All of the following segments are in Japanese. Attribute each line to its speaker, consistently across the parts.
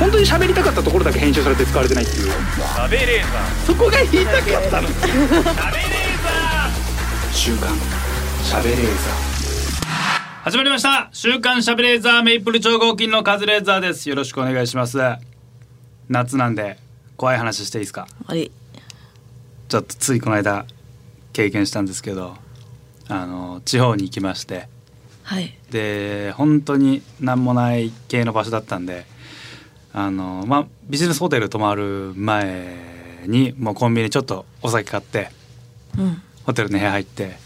Speaker 1: 本当に喋りたかったところだけ編集されて使われてないっていう
Speaker 2: 食べれー
Speaker 1: そこが言いたかったの週刊喋れー
Speaker 2: 始まりました週刊しゃべレーザーメイプル超合金のカズレーザーですよろしくお願いします夏なんで怖い話していいですか
Speaker 3: あれ
Speaker 2: ちょっとついこの間経験したんですけどあの地方に行きまして
Speaker 3: はい
Speaker 2: で本当に何もない系の場所だったんであの、まあ、ビジネスホテル泊まる前にもうコンビニちょっとお酒買って
Speaker 3: うん
Speaker 2: ホテルの部屋入って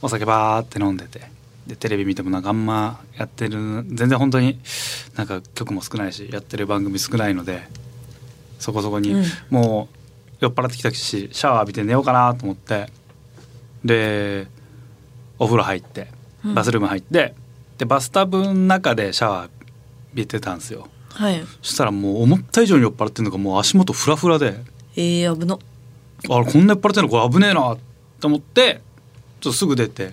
Speaker 2: お酒バーって飲んでてでテレビ見てもなんかあんまやってる全然本当になんか曲も少ないしやってる番組少ないのでそこそこに、
Speaker 3: うん
Speaker 2: もう酔っ払ってきたしシャワー浴びて寝ようかなと思ってでお風呂入って
Speaker 3: うん
Speaker 2: バスルーム入って、でバスタブの中でシャワー浴びてたんですよ
Speaker 3: はい
Speaker 2: そしたらもう思った以上に酔っ払ってるのがもう足元フラフラで
Speaker 3: えー、危な
Speaker 2: あこんな酔っ払ってるのこれ危ねえなと思ってちょっとすぐ出て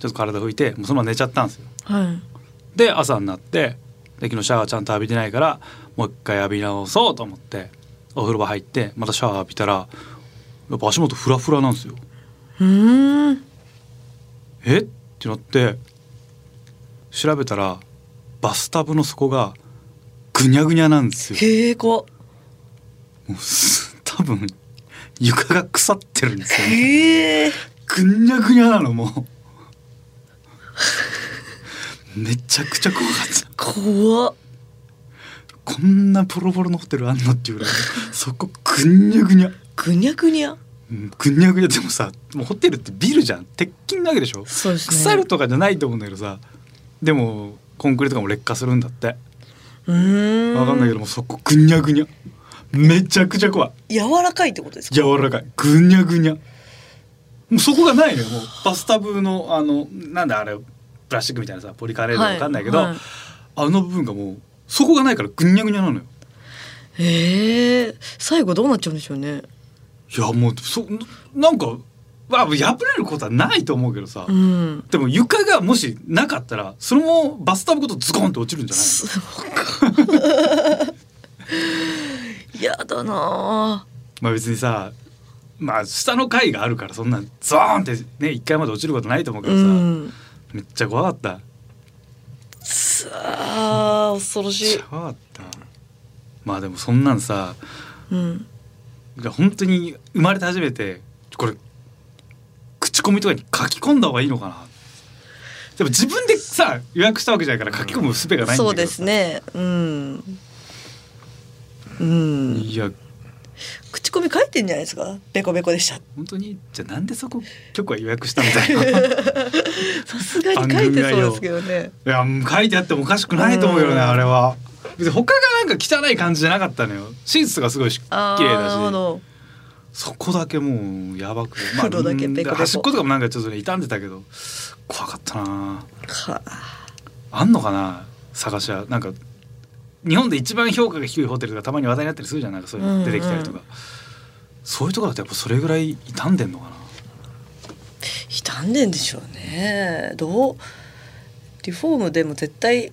Speaker 2: ちょっと体拭いてもうそのまま寝ちゃったんですよ
Speaker 3: はい
Speaker 2: で朝になってで昨日シャワーちゃんと浴びてないからもう一回浴び直そうと思ってお風呂場入ってまたシャワー浴びたらやっぱ足元フラフラなんですよ
Speaker 3: うーん
Speaker 2: えってなって調べたらバスタブの底がぐにゃぐにゃなんですよ
Speaker 3: へえ怖っ
Speaker 2: もうす多分床が腐ってるんですよね
Speaker 3: へえ
Speaker 2: ぐにゃぐにゃなのもうめちゃくちゃ怖かった
Speaker 3: 怖っ
Speaker 2: こんなボロボロのホテルあんのっていうぐらいそこぐにゃぐにゃ
Speaker 3: ぐにゃぐにゃ
Speaker 2: うんぐにゃぐにゃでもさもうホテルってビルじゃん鉄筋なわけでしょ
Speaker 3: そうですね
Speaker 2: 腐るとかじゃないと思うんだけどさでもコンクリートとかも劣化するんだって
Speaker 3: うーん
Speaker 2: わかんないけどもうそこぐにゃぐにゃめちゃくちゃ怖い
Speaker 3: 柔らかいってことですか
Speaker 2: 柔らかいぐにゃぐにゃもうそこがないのよもうバスタブのあのなんだあれプラスチックみたいなさポリカーレード
Speaker 3: はい
Speaker 2: わかんないけど、
Speaker 3: はい
Speaker 2: あの部分がもうそこがないからぐにゃぐにゃなのよ
Speaker 3: へえ最後どうなっちゃうんでしょうね
Speaker 2: いやもうそなんかまあ破れることはないと思うけどさ、
Speaker 3: うん
Speaker 2: でも床がもしなかったらそのままバスタブごとズコンって落ちるんじゃないの
Speaker 3: そうかやだなあ
Speaker 2: まあ別にさまあ下の階があるからそんなズーンってね1階まで落ちることないと思うけ
Speaker 3: う
Speaker 2: どさ、
Speaker 3: ん
Speaker 2: めっちゃ怖かった。
Speaker 3: さあ恐ろし
Speaker 2: シ
Speaker 3: い
Speaker 2: ャワーだまあでもそんなんさ
Speaker 3: うん
Speaker 2: 本当に生まれて初めてこれ口コミとかに書き込んだ方がいいのかなでも自分でさ予約したわけじゃないから書き込む術がないんだけどさ
Speaker 3: そうですねうんうん
Speaker 2: いや
Speaker 3: 口コミ書いてんじゃないですかベコベコでした
Speaker 2: 本当にじゃあなんでそこ局は予約したみたいな い
Speaker 3: さすがに書いてそうですけどね
Speaker 2: やもう書いてあってもおかしくないと思うよね
Speaker 3: うん
Speaker 2: あれは別に他がなんか汚い感じじゃなかったのよシーツがすごいし
Speaker 3: あ
Speaker 2: 綺
Speaker 3: ー
Speaker 2: 麗
Speaker 3: なるほ
Speaker 2: だし
Speaker 3: ど
Speaker 2: そこだけもうやばくて、まあ、
Speaker 3: 黒だけ
Speaker 2: うん
Speaker 3: ペコペコ
Speaker 2: 端っことかもなんかちょっとね傷んでたけど怖かったな
Speaker 3: か
Speaker 2: あんのかな探しはなんか日本で一番評価が低いホテルがたまに話題になったりするじゃんないかそういう
Speaker 3: うんう
Speaker 2: の
Speaker 3: ん
Speaker 2: 出てきたりとか、そういうとこだとやっぱそれぐらい傷んでんのかな
Speaker 3: 傷んでんでしょうねどうリフォームでも絶対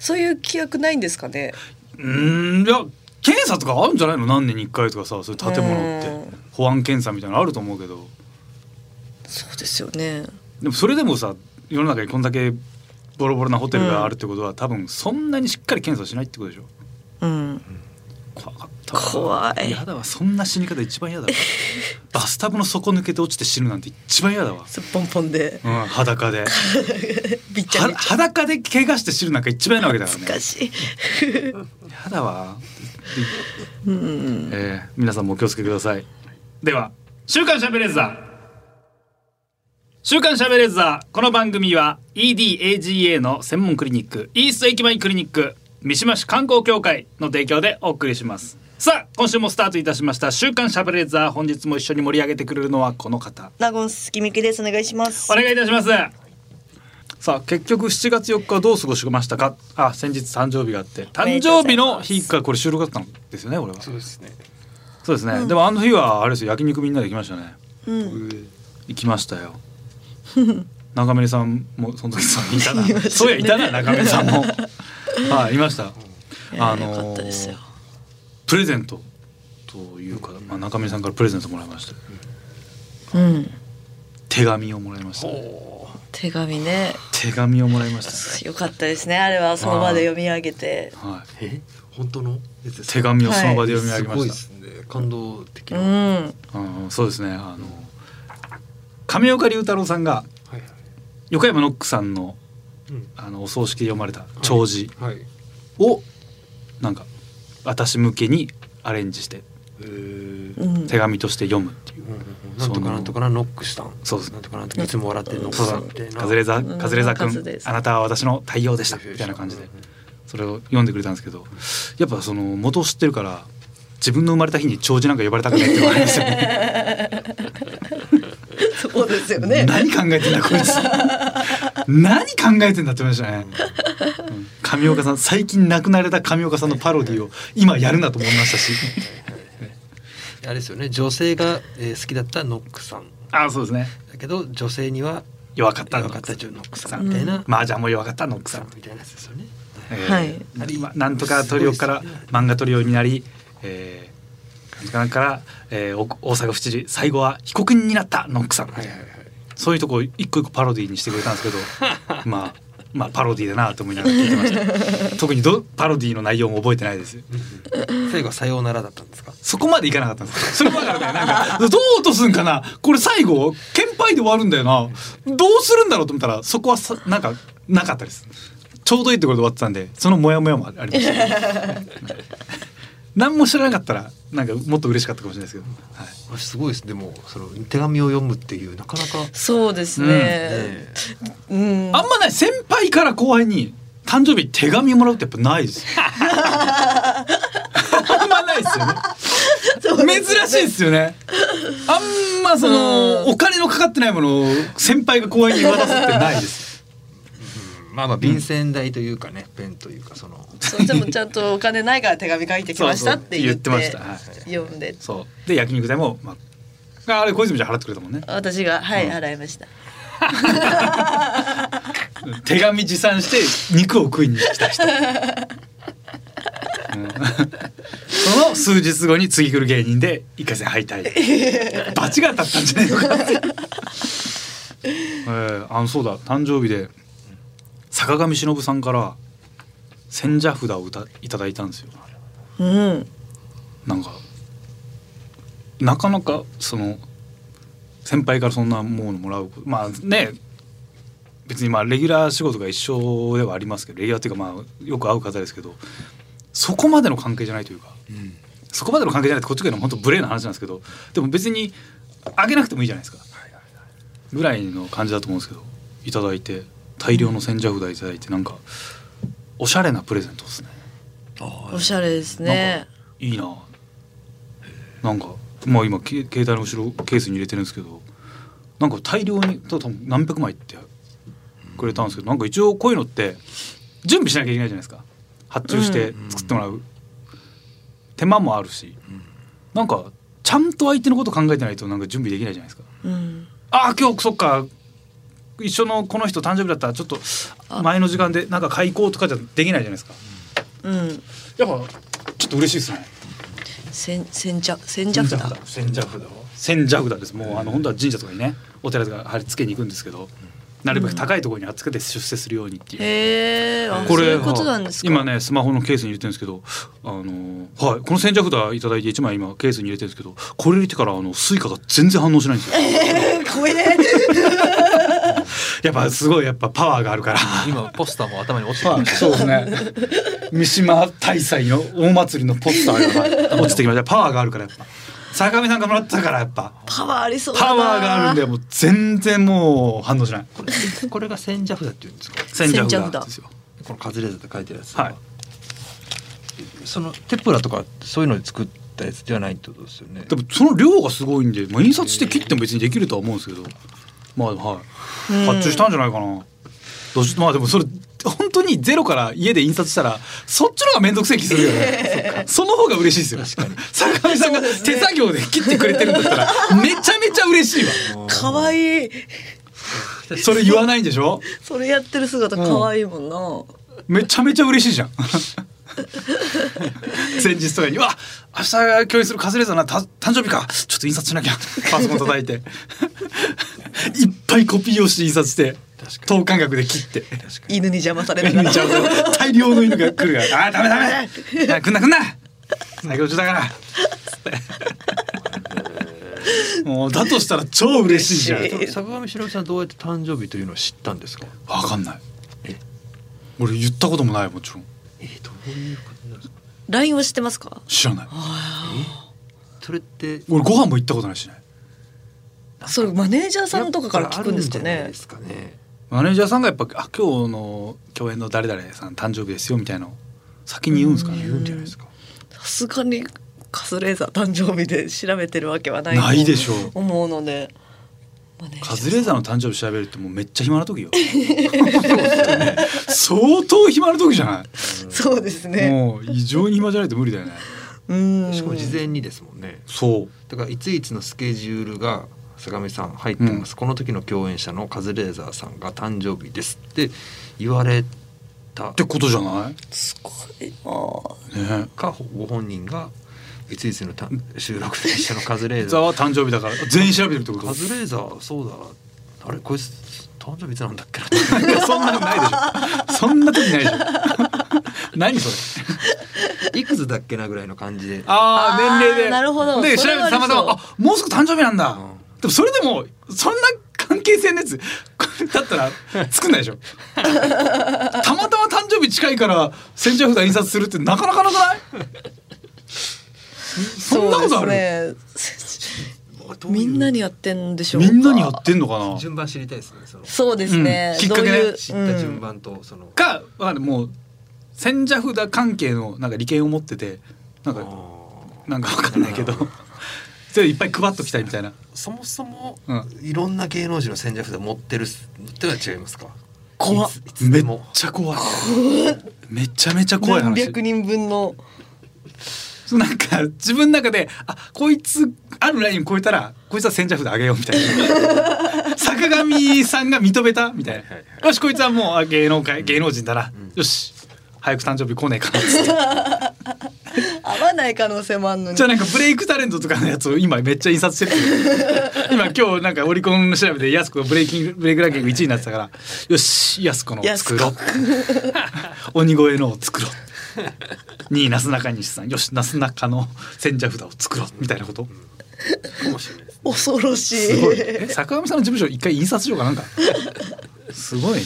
Speaker 3: そういう規約ないんですかね
Speaker 2: うーんいや検査とかあるんじゃないの何年に1回とかさそういう建物って、
Speaker 3: うん
Speaker 2: 保安検査みたいなのあると思うけど
Speaker 3: そうですよね
Speaker 2: でもそれでもさ世の中にこんだけボロボロなホテルがあるってことは、多分そんなにしっかり検査しないってことでしょ
Speaker 3: うん
Speaker 2: 怖かったわ
Speaker 3: 怖い
Speaker 2: やだわそんな死に方一番嫌だわ バスタブの底抜けて落ちて死ぬなんて一番嫌だわ、
Speaker 3: すっぽんぽんで
Speaker 2: うん、裸で。
Speaker 3: びっちゃ
Speaker 2: は
Speaker 3: びち
Speaker 2: 裸で怪我して知るなんか一番嫌なわけだ
Speaker 3: ゃ
Speaker 2: からね
Speaker 3: 懐かしい
Speaker 2: やだわ、
Speaker 3: うん
Speaker 2: えー皆さんもお気をつけくださいでは週刊しゃべれーザー週刊しゃべれーザーこの番組は EDAGA の専門クリニックイースト駅前クリニック三島市観光協会の提供でお送りしますさあ今週もスタートいたしました週刊しゃべれーザー本日も一緒に盛り上げてくれるのはこの方
Speaker 3: ラゴンスキミケですお願いします
Speaker 2: お願いいたします。さあ結局7月4日はどう過ごしましたか。あ先日誕生日があって誕生日の日かこれ収録だったんですよね俺は。そうですね。そうですね。でもあの日はあれですよ焼肉みんなで行きましたね。
Speaker 3: うん
Speaker 2: 行きましたよ。 中森さんもその時そういたな。
Speaker 3: 行きましたね
Speaker 2: そういやいたな中森さんも。はい、いました。
Speaker 3: え
Speaker 2: あ
Speaker 3: ー
Speaker 2: のー
Speaker 3: よかったですよ。
Speaker 2: プレゼントというか、まあ、中見さんからプレゼントもらいました。
Speaker 3: うん。
Speaker 2: 手紙をもらいました。
Speaker 3: 手紙ね。
Speaker 2: 手紙をもらいまし
Speaker 3: よかったですね。あれはその場で読み上げて。
Speaker 2: た。はい。
Speaker 4: え本当のやつです
Speaker 2: 手紙をその場で読み上
Speaker 4: す
Speaker 2: げま
Speaker 4: ごい
Speaker 2: した。
Speaker 4: ですね感動的
Speaker 3: う
Speaker 4: な、はい
Speaker 3: ん。
Speaker 2: うん、そうですね。あの亀岡龍太郎さんが
Speaker 4: はい
Speaker 2: 横山ノックさんの
Speaker 4: うん
Speaker 2: あのお葬式で読まれた弔辞
Speaker 4: はい
Speaker 2: をなんか私向けにアレンジして
Speaker 4: えー
Speaker 3: うん。
Speaker 2: 手紙として読むっていう。
Speaker 4: うんうんうんなんとかなんとかなノックしたん
Speaker 2: そうです
Speaker 4: なんとかなんとかいつも笑ってるノック
Speaker 2: そう
Speaker 4: さ
Speaker 2: そ
Speaker 4: ん
Speaker 2: う
Speaker 4: みたいな
Speaker 2: カズレーザ
Speaker 3: う
Speaker 2: ー
Speaker 3: ん
Speaker 2: カズレーザー
Speaker 3: カズ
Speaker 2: 君
Speaker 3: です
Speaker 2: あなたは私の太陽でしたみたいな感じでそれを読んでくれたんですけどやっぱその元を知ってるから自分の生まれた日に弔辞なんか呼ばれたくないって言われますよね
Speaker 3: そうですよね。
Speaker 2: 何考えてんだこいつ 何考えてんだって思いましたね、うん上岡さん最近亡くなられた上岡さんのパロディを今やるなと思いましたし
Speaker 4: あれですよね女性が、えー好きだったノックさん
Speaker 2: あそうですね
Speaker 4: だけど女性には
Speaker 2: 弱かった
Speaker 4: 弱
Speaker 2: ノ
Speaker 4: か
Speaker 2: ッ
Speaker 4: っ
Speaker 2: クさ
Speaker 4: た
Speaker 2: ん
Speaker 4: 女ノックさんみたいな、
Speaker 2: 麻雀も弱かったノッ
Speaker 4: ノッ
Speaker 2: ク
Speaker 4: ク
Speaker 2: さ
Speaker 4: さ
Speaker 2: ん
Speaker 4: んみたいなやつですよね
Speaker 3: はい
Speaker 2: えー今なんとかトリオから漫画トリオになり、えー、なんとかなんから、えーお大阪府知事最後は被告人になったノックさん、
Speaker 4: はいはいはい
Speaker 2: そういうとこ一個一個パロディーにしてくれたんですけ どまあまあパロディーだなと思いながら聞いてました特にどパロディーの内容も覚えてないです
Speaker 4: 最後はさようならだったんですか
Speaker 2: そこまでいかなかったんですそれもだからねなんかどう落とすんかなこれ最後剣敗で終わるんだよなどうするんだろうと思ったらそこはさなんかなかったですちょうどいいところで終わってたんでそのモヤモヤもありました はい何も知らなかったらなんかもっと嬉しかったかもしれないですけど、はい、
Speaker 4: あすごいですでもその手紙を読むっていうなかなか、ね
Speaker 3: そうですね。
Speaker 4: え
Speaker 3: うん。
Speaker 2: あんまない先輩から後輩に誕生日手紙もらうってやっぱないです あんまないですよね
Speaker 3: そうです
Speaker 2: 珍しいですよね。あんまその、
Speaker 3: うん
Speaker 2: お金のかかってないものを先輩が後輩に渡すってないです。
Speaker 4: うんまあまあ便箋代というかね、ペンというかその
Speaker 3: それでもちゃんとお金ないから手紙書いてきましたって言っ
Speaker 2: そうそう言
Speaker 3: て
Speaker 2: ってましたはい
Speaker 3: 読んで
Speaker 2: そう。で焼肉代もまああれ小泉ちゃん払ってくれたもんね。
Speaker 3: 私がは
Speaker 2: う
Speaker 3: い
Speaker 2: ん
Speaker 3: 払いました
Speaker 2: 手紙持参して肉を食いに来た人。うんその数日後に次来る芸人で一回戦敗退。バチが当たったんじゃないのかって。えー、あのそうだ誕生日で坂上忍さんから千社札を歌いただいたんですよ。
Speaker 3: うん
Speaker 2: なんかなかなかその先輩からそんなものもらうことまあね別にまあレギュラー仕事が一緒ではありますけどレギュラーっていうかまあよく会う方ですけどそこまでの関係じゃないというかそこまでの関係じゃないってこっちが言うのは本当無礼な話なんですけどでも別にあげなくてもいいじゃないですかぐらいの感じだと思うんですけどいただいて大量の千社札いただいてなんかおしゃれなプレゼントですね。
Speaker 3: おしゃれですね
Speaker 2: いいななんかまあ今け携帯の後ろケースに入れてるんですけどなんか大量に多分何百枚ってくれたんですけどなんか一応こういうのって準備しなきゃいけないじゃないですか発注して作ってもらう、手間もあるし、なんかちゃんと相手のこと考えてないとなんか準備できないじゃないですか
Speaker 3: うん
Speaker 2: ああ今日そっか一緒のこの人誕生日だったらちょっと前の時間でなんか買い行こうとかじゃできないじゃないですか
Speaker 3: うん
Speaker 2: やっぱちょっと嬉しいですね
Speaker 3: せんせんじゃせんじゃ札
Speaker 2: 千社札千社札ですもうあの本当は神社とかにねお寺とか貼り付けに行くんですけどなるべく高いところに貼っつけて出世するようにっていう、
Speaker 3: へえこれそういうことなんですか
Speaker 2: 今ねスマホのケースに入れてるんですけどあのはいこの千社札いただいて1枚今ケースに入れてるんですけどこれ入れてからあのスイカが全然反応しないんですよ
Speaker 3: 怖え
Speaker 2: やっぱすごいやっぱパワーがあるから
Speaker 4: 今ポスターも頭に落ち
Speaker 2: はい、そうですね。三島大祭の大祭りのポスターが落ちてきました。パワーがあるからやっぱ。坂上さんがもらったからやっぱ。
Speaker 3: パワーありそうだな
Speaker 2: パワーがあるんでもう全然もう反応しない。
Speaker 4: これこれが千社札って言うんですか
Speaker 2: 千
Speaker 3: 社札
Speaker 2: 社札ですよ。
Speaker 4: このカズレーザーって書いてるやつ
Speaker 2: はい。
Speaker 4: そのテプラとかそういうので作ったやつではないってことですよね
Speaker 2: でもその量がすごいんで、まあ、印刷して切っても別にできるとは思うんですけど。まあはい。発注したんじゃないかな。どうしまあでもそれ本当にゼロから家で印刷したらそっちの方が面倒くせえ気するよねその方が嬉しいですよ
Speaker 4: 確か
Speaker 2: 坂上さんが手作業で切ってくれてるんだったらめちゃめちゃ嬉しいわ
Speaker 3: 可愛い
Speaker 2: それ言わないんでしょ
Speaker 3: それやってる姿可愛いもんな
Speaker 2: めちゃめちゃ嬉しいじゃん前日とかに「うわ明日共演するカズレーザーなた誕生日かちょっと印刷しなきゃ」 パソコン叩いていっぱいコピー用紙印刷して等間隔で切って
Speaker 3: 犬に邪魔され
Speaker 2: 目
Speaker 3: な
Speaker 2: に
Speaker 3: が
Speaker 2: 見
Speaker 3: ら
Speaker 2: ちゃうと大量の犬が来るから「あーダメダメあ来んな来んな作業中だから」 つってもうだとしたら超嬉しいじゃん
Speaker 3: 嬉しい
Speaker 4: 坂上忍さんどうやって誕生日というのを知ったんですか。
Speaker 2: わかんない
Speaker 4: え
Speaker 2: 俺言ったこともないもちろん
Speaker 4: えー、どういうことなんですか。
Speaker 3: ラインは知ってますか
Speaker 2: 知らない
Speaker 4: それって
Speaker 2: 俺ご飯も行ったことないしね
Speaker 3: それマネージャーさんとかから聞くんですか
Speaker 4: やっぱある
Speaker 3: ね
Speaker 4: んじゃないですかね。
Speaker 2: マネージャーさんがやっぱ「あ今日の共演の誰々さん誕生日ですよ」みたいなのを先に言うんですかね
Speaker 4: 言うんじゃないですか。
Speaker 3: さすがにカズレーザー誕生日で調べてるわけはない
Speaker 2: ないでしょう
Speaker 3: と思うのでマネージャーさ
Speaker 2: カ
Speaker 3: ん
Speaker 2: ズレーザーの誕生日調べるってもうめっちゃ暇な時よ相当暇な時じゃない
Speaker 3: そうですね
Speaker 2: もう異常に暇じゃないと無理だよね。
Speaker 3: うん
Speaker 4: しかも事前にですもんね。
Speaker 2: そう。
Speaker 4: だからいついつのスケジュールが坂上さん入ってます、この時の共演者のカズレーザーさんが誕生日ですって言われた
Speaker 2: ってことじゃない。
Speaker 3: すごいな
Speaker 2: ね。
Speaker 4: かご本人がいついつのた収録で一緒のカズレ ー
Speaker 2: ザ
Speaker 4: ザー
Speaker 2: は誕生日だから全員調べてるってこと。
Speaker 4: カズレーザーそうだあれこいつ誕生日いつなんだっけな
Speaker 2: いやそんなのないでしょ。そんな時ないでしょ。 何それ。
Speaker 4: いくつだっけなぐらいの感じで
Speaker 2: ああ
Speaker 3: あー
Speaker 2: 年齢で。
Speaker 3: なるほど
Speaker 2: で調
Speaker 3: そ
Speaker 2: べて
Speaker 3: れはあ
Speaker 2: た
Speaker 3: りそ
Speaker 2: ま
Speaker 3: う
Speaker 2: たまあもうすぐ誕生日なんだ。
Speaker 4: ん
Speaker 2: でもそれでもそんな関係性のやつだったら作んないでし ょ。たまたま誕生日近いから先着札印刷するってなかなかなくない？そんなことある？
Speaker 3: る
Speaker 4: どういう
Speaker 3: みんなにやってんでしょう
Speaker 2: み
Speaker 3: か
Speaker 2: んなにやってんのかな。
Speaker 4: 順番知りたいですねその
Speaker 3: そうですね、
Speaker 2: うんきっかけね
Speaker 3: どういう
Speaker 4: 知った順
Speaker 3: うん
Speaker 4: 番とその、
Speaker 2: かわかんないもう千社札関係のなんか利権を持っててなん
Speaker 4: あ
Speaker 2: か
Speaker 4: ー
Speaker 2: なんかわかんないけど
Speaker 4: なるほど
Speaker 2: それいっぱい配っときたいみたいな
Speaker 4: そもそも、
Speaker 2: うん
Speaker 4: いろんな芸能人の戦略札持ってるのってのは違いますか
Speaker 3: 怖っ
Speaker 4: いついつ
Speaker 2: め
Speaker 4: で
Speaker 2: っ
Speaker 4: も
Speaker 2: ちゃ怖いめちゃめちゃ怖い
Speaker 3: 何
Speaker 2: 話
Speaker 3: 百人分の
Speaker 2: そうなんか自分の中であこいつあるライン超えたらこいつは千社札あげようみたい な坂上さんが認めたみたい
Speaker 4: はいはい
Speaker 2: なよしこいつはもうあ芸能界芸能人だな、
Speaker 4: うん
Speaker 2: よし早く誕生日来ねえかなっつって
Speaker 3: 合わない可能性もあるのに
Speaker 2: じゃあなんかブレイクタレントとかのやつを今めっちゃ印刷してる 今今日なんかオリコンの調べでやす子がブレイキングブレイクランキング1位になってたからよしやす子のを作ろう鬼越のを作ろう2位なすなかにしさんよしなすなかの千社札を作ろうみたいなこと
Speaker 4: かもしれないです
Speaker 3: 恐ろしい
Speaker 2: すごいえ坂上さんの事務所一回印刷所かなんかすごいね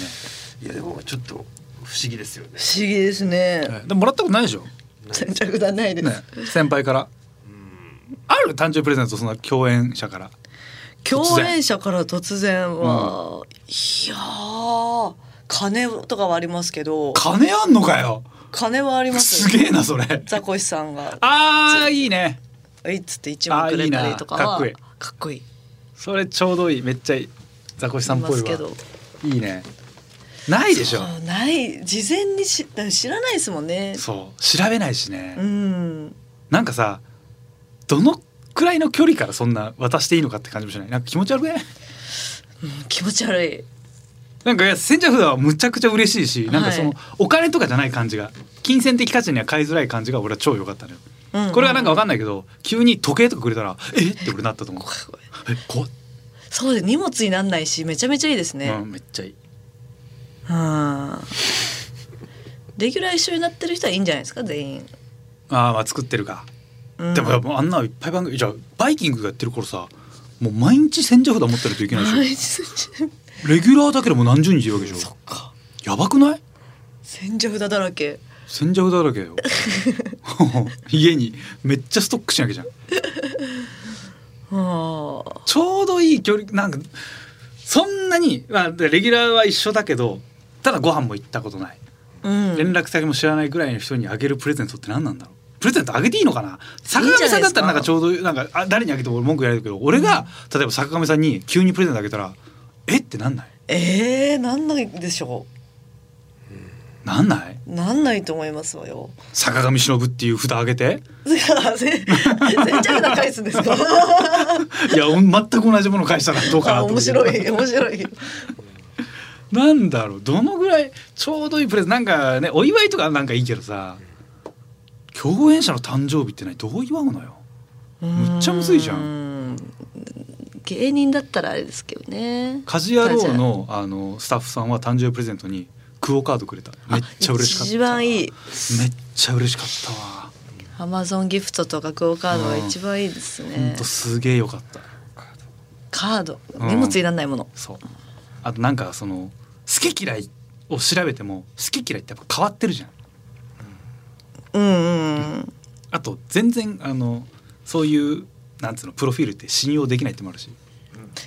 Speaker 4: いやでもちょっと不思議ですよね
Speaker 3: 不思議ですね、
Speaker 2: えでももらったことないでしょ、
Speaker 3: 先着だないです、
Speaker 2: ね、先輩からある誕生日プレゼントそんな共演者から
Speaker 3: 共演者から突然は、いやー金とかはありますけど
Speaker 2: 金あんのかよ
Speaker 3: 金はあります
Speaker 2: すげえなそれ
Speaker 3: ザコシさんが
Speaker 2: あーいいね
Speaker 3: 「えい」っつって1万くれたりとかは
Speaker 2: あーいいな
Speaker 3: かっこいい
Speaker 2: それちょうどいいめっちゃいいザコシさんっぽい
Speaker 3: いますけ
Speaker 2: わ
Speaker 3: ど
Speaker 2: いいねないでしょ
Speaker 3: そうない事前にし知らないですもんね
Speaker 2: そう調べないしね、
Speaker 3: うん
Speaker 2: なんかさどのくらいの距離からそんな渡していいのかって感じもしないなんか気持ち悪くね
Speaker 3: 気持ち悪い
Speaker 2: なんかいや先着札はむちゃくちゃ嬉しいしなんかその、
Speaker 3: はい
Speaker 2: お金とかじゃない感じが金銭的価値には買いづらい感じが俺は超良かったのよ、
Speaker 3: うんうん
Speaker 2: これがなんかわかんないけど急に時計とかくれたらえって俺なったと思う
Speaker 3: 怖い怖い
Speaker 2: え怖っ、
Speaker 3: そうで荷物になんないしめちゃめちゃいいですね
Speaker 2: うんめっちゃいい
Speaker 3: うんレギュラー一緒になってる人はいいんじゃないですか全員、
Speaker 2: あーまあ作ってるか
Speaker 3: うん
Speaker 2: でもや っぱあんないっぱい番組じゃあバイキングがやってる頃さもう毎日千社札持ってるといけないでし
Speaker 3: 毎日
Speaker 2: ょレギュラーだけでも何十人いるわけでし
Speaker 3: そ
Speaker 2: ょ
Speaker 3: っか
Speaker 2: やばくない
Speaker 3: 千社札だらけ
Speaker 2: 千社札だら けだよ家にめっちゃストックしなきゃじゃん
Speaker 3: ああ
Speaker 2: ちょうどいい距離なんかそんなに、まあ、でレギュラーは一緒だけどただご飯も行ったことない
Speaker 3: うん
Speaker 2: 連絡先も知らないぐらいの人にあげるプレゼントって何なんだろうプレゼントあげていいのかな坂上さんだったらなんかちょうどなんかあ誰にあげても俺文句言われるけど俺が例えば坂上さんに急にプレゼントあげたらえってなんない
Speaker 3: ええなんないでしょ。
Speaker 2: なんないう
Speaker 3: なんないと思いますわよ。
Speaker 2: 坂上忍っていう札あげて
Speaker 3: だから、せ、先着な返すんですか。
Speaker 2: いやお全く同じもの返したらどうかな
Speaker 3: あ
Speaker 2: と思
Speaker 3: 面
Speaker 2: うけど
Speaker 3: 白い、面白い。
Speaker 2: なんだろうどのぐらいちょうどいいプレゼンなんかねお祝いとかなんかいいけどさ共演者の誕生日ってねどう祝うのよむっちゃむずいじゃん
Speaker 3: ん芸人だったらあれですけどね
Speaker 2: 家事野郎のあのスタッフさんは誕生日プレゼントにクオカードくれためっちゃ嬉しかった
Speaker 3: 一番いい
Speaker 2: めっちゃ嬉しかったわ
Speaker 3: アマゾンギフトとかクオカードが一番いいです
Speaker 2: ほん
Speaker 3: ね
Speaker 2: とすげえよかった
Speaker 3: カード
Speaker 2: うん
Speaker 3: 荷物いらないもの、
Speaker 2: そうあとなんかその好き嫌いを調べても好き嫌いってやっぱ変わってるじゃん
Speaker 3: うん、うんうん
Speaker 2: あと全然あのそういうなんつうのプロフィールって信用できないってもあるし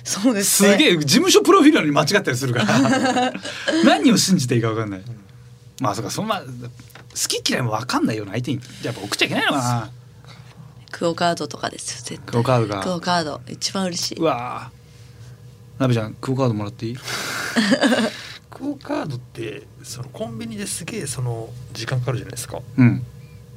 Speaker 3: そうですね
Speaker 2: すげえ事務所プロフィールなのに間違ったりするから 何を信じていいか分かんないまあそうかそんな好き嫌いも分かんないような相手にやっぱ送っちゃいけないのかな
Speaker 3: クオカードとかですよ絶対
Speaker 2: クオカードが
Speaker 3: クオカード一番嬉しいう
Speaker 2: わーなべちゃんクオカードもらっていい
Speaker 4: クオカードってそのコンビニですげえその時間かかるじゃないですか
Speaker 2: うん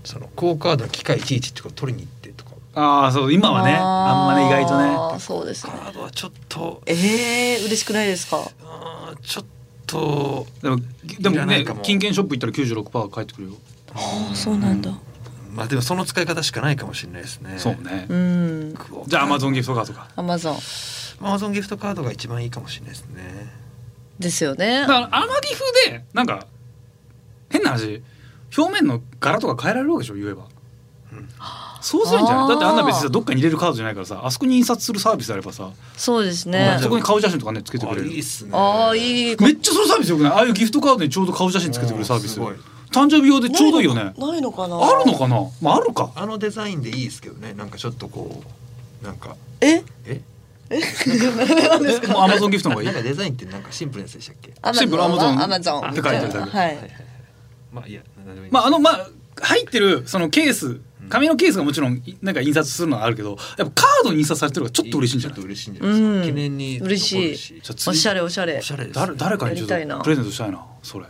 Speaker 4: そのクオカードの機械いちいちとか取りに行ってとか
Speaker 2: ああそう今はねあんまね意外とね
Speaker 3: あーそうです
Speaker 4: カ
Speaker 3: ね
Speaker 4: ードはちょっと
Speaker 3: ええー、嬉しくないですか
Speaker 4: うーんちょっと
Speaker 2: でもで
Speaker 4: い
Speaker 2: も
Speaker 4: らな
Speaker 2: ね
Speaker 4: いかも
Speaker 2: 金券ショップ行ったら96%返ってくるよ、
Speaker 3: ああそうなんだ
Speaker 4: まあでもその使い方しかないかもしれないですね
Speaker 2: そうね
Speaker 3: うん
Speaker 4: クオ
Speaker 2: じゃあアマ
Speaker 4: ゾ
Speaker 2: ゾンギフトカードか
Speaker 3: アマゾン
Speaker 4: ンアマゾンギフトカードが一番いいかもしれないですね
Speaker 3: ですよね
Speaker 2: だからアマギフでなんか変な話表面の柄とか変えられるわけでしょ言えば、
Speaker 4: うん
Speaker 2: そうするんじゃな
Speaker 3: あ
Speaker 2: い
Speaker 3: ー
Speaker 2: だってあんな別にさどっかに入れるカードじゃないからさあそこに印刷するサービスあればさ、
Speaker 3: そうです
Speaker 2: まあ
Speaker 3: ね
Speaker 2: そこに顔写真とかねつけて
Speaker 4: あ
Speaker 2: くれる
Speaker 4: いいっすね
Speaker 3: ああいい
Speaker 2: めっちゃそのサービスよくないああいうギフトカードにちょうど顔写真つけてくるサービス
Speaker 4: うんすごい
Speaker 2: 誕生日用でちょうどいいよね
Speaker 3: ないのかな
Speaker 2: あるのかなまああるか
Speaker 4: あのデザインでいいですけどねなんかちょっとこうなんか
Speaker 3: え
Speaker 4: え
Speaker 2: えもうアマゾンギフトの方が
Speaker 4: な
Speaker 2: い
Speaker 4: いんかデザインってなんかシンプルなやつでしたっけ
Speaker 3: アマ
Speaker 2: シ
Speaker 3: ゾ
Speaker 2: ンプル
Speaker 3: ン
Speaker 2: アマゾン
Speaker 3: はアマゾン
Speaker 2: って書いてあるだけ
Speaker 3: はい
Speaker 4: まあいや何でもいいです
Speaker 2: まああのまあ入ってるそのケース紙のケースがもちろんいなんか印刷するのはあるけどやっぱカードに印刷されてるからちょっと嬉しいんじゃない
Speaker 4: ちょっと嬉しいんじゃないですか、
Speaker 3: うん
Speaker 4: 記念に
Speaker 3: 嬉しい
Speaker 4: 残るし
Speaker 2: じゃあ次
Speaker 3: おしゃれおしゃれ
Speaker 4: おしゃれです、
Speaker 2: 誰誰かにちょっと
Speaker 3: やりたいな
Speaker 2: プレゼントしたいなそれ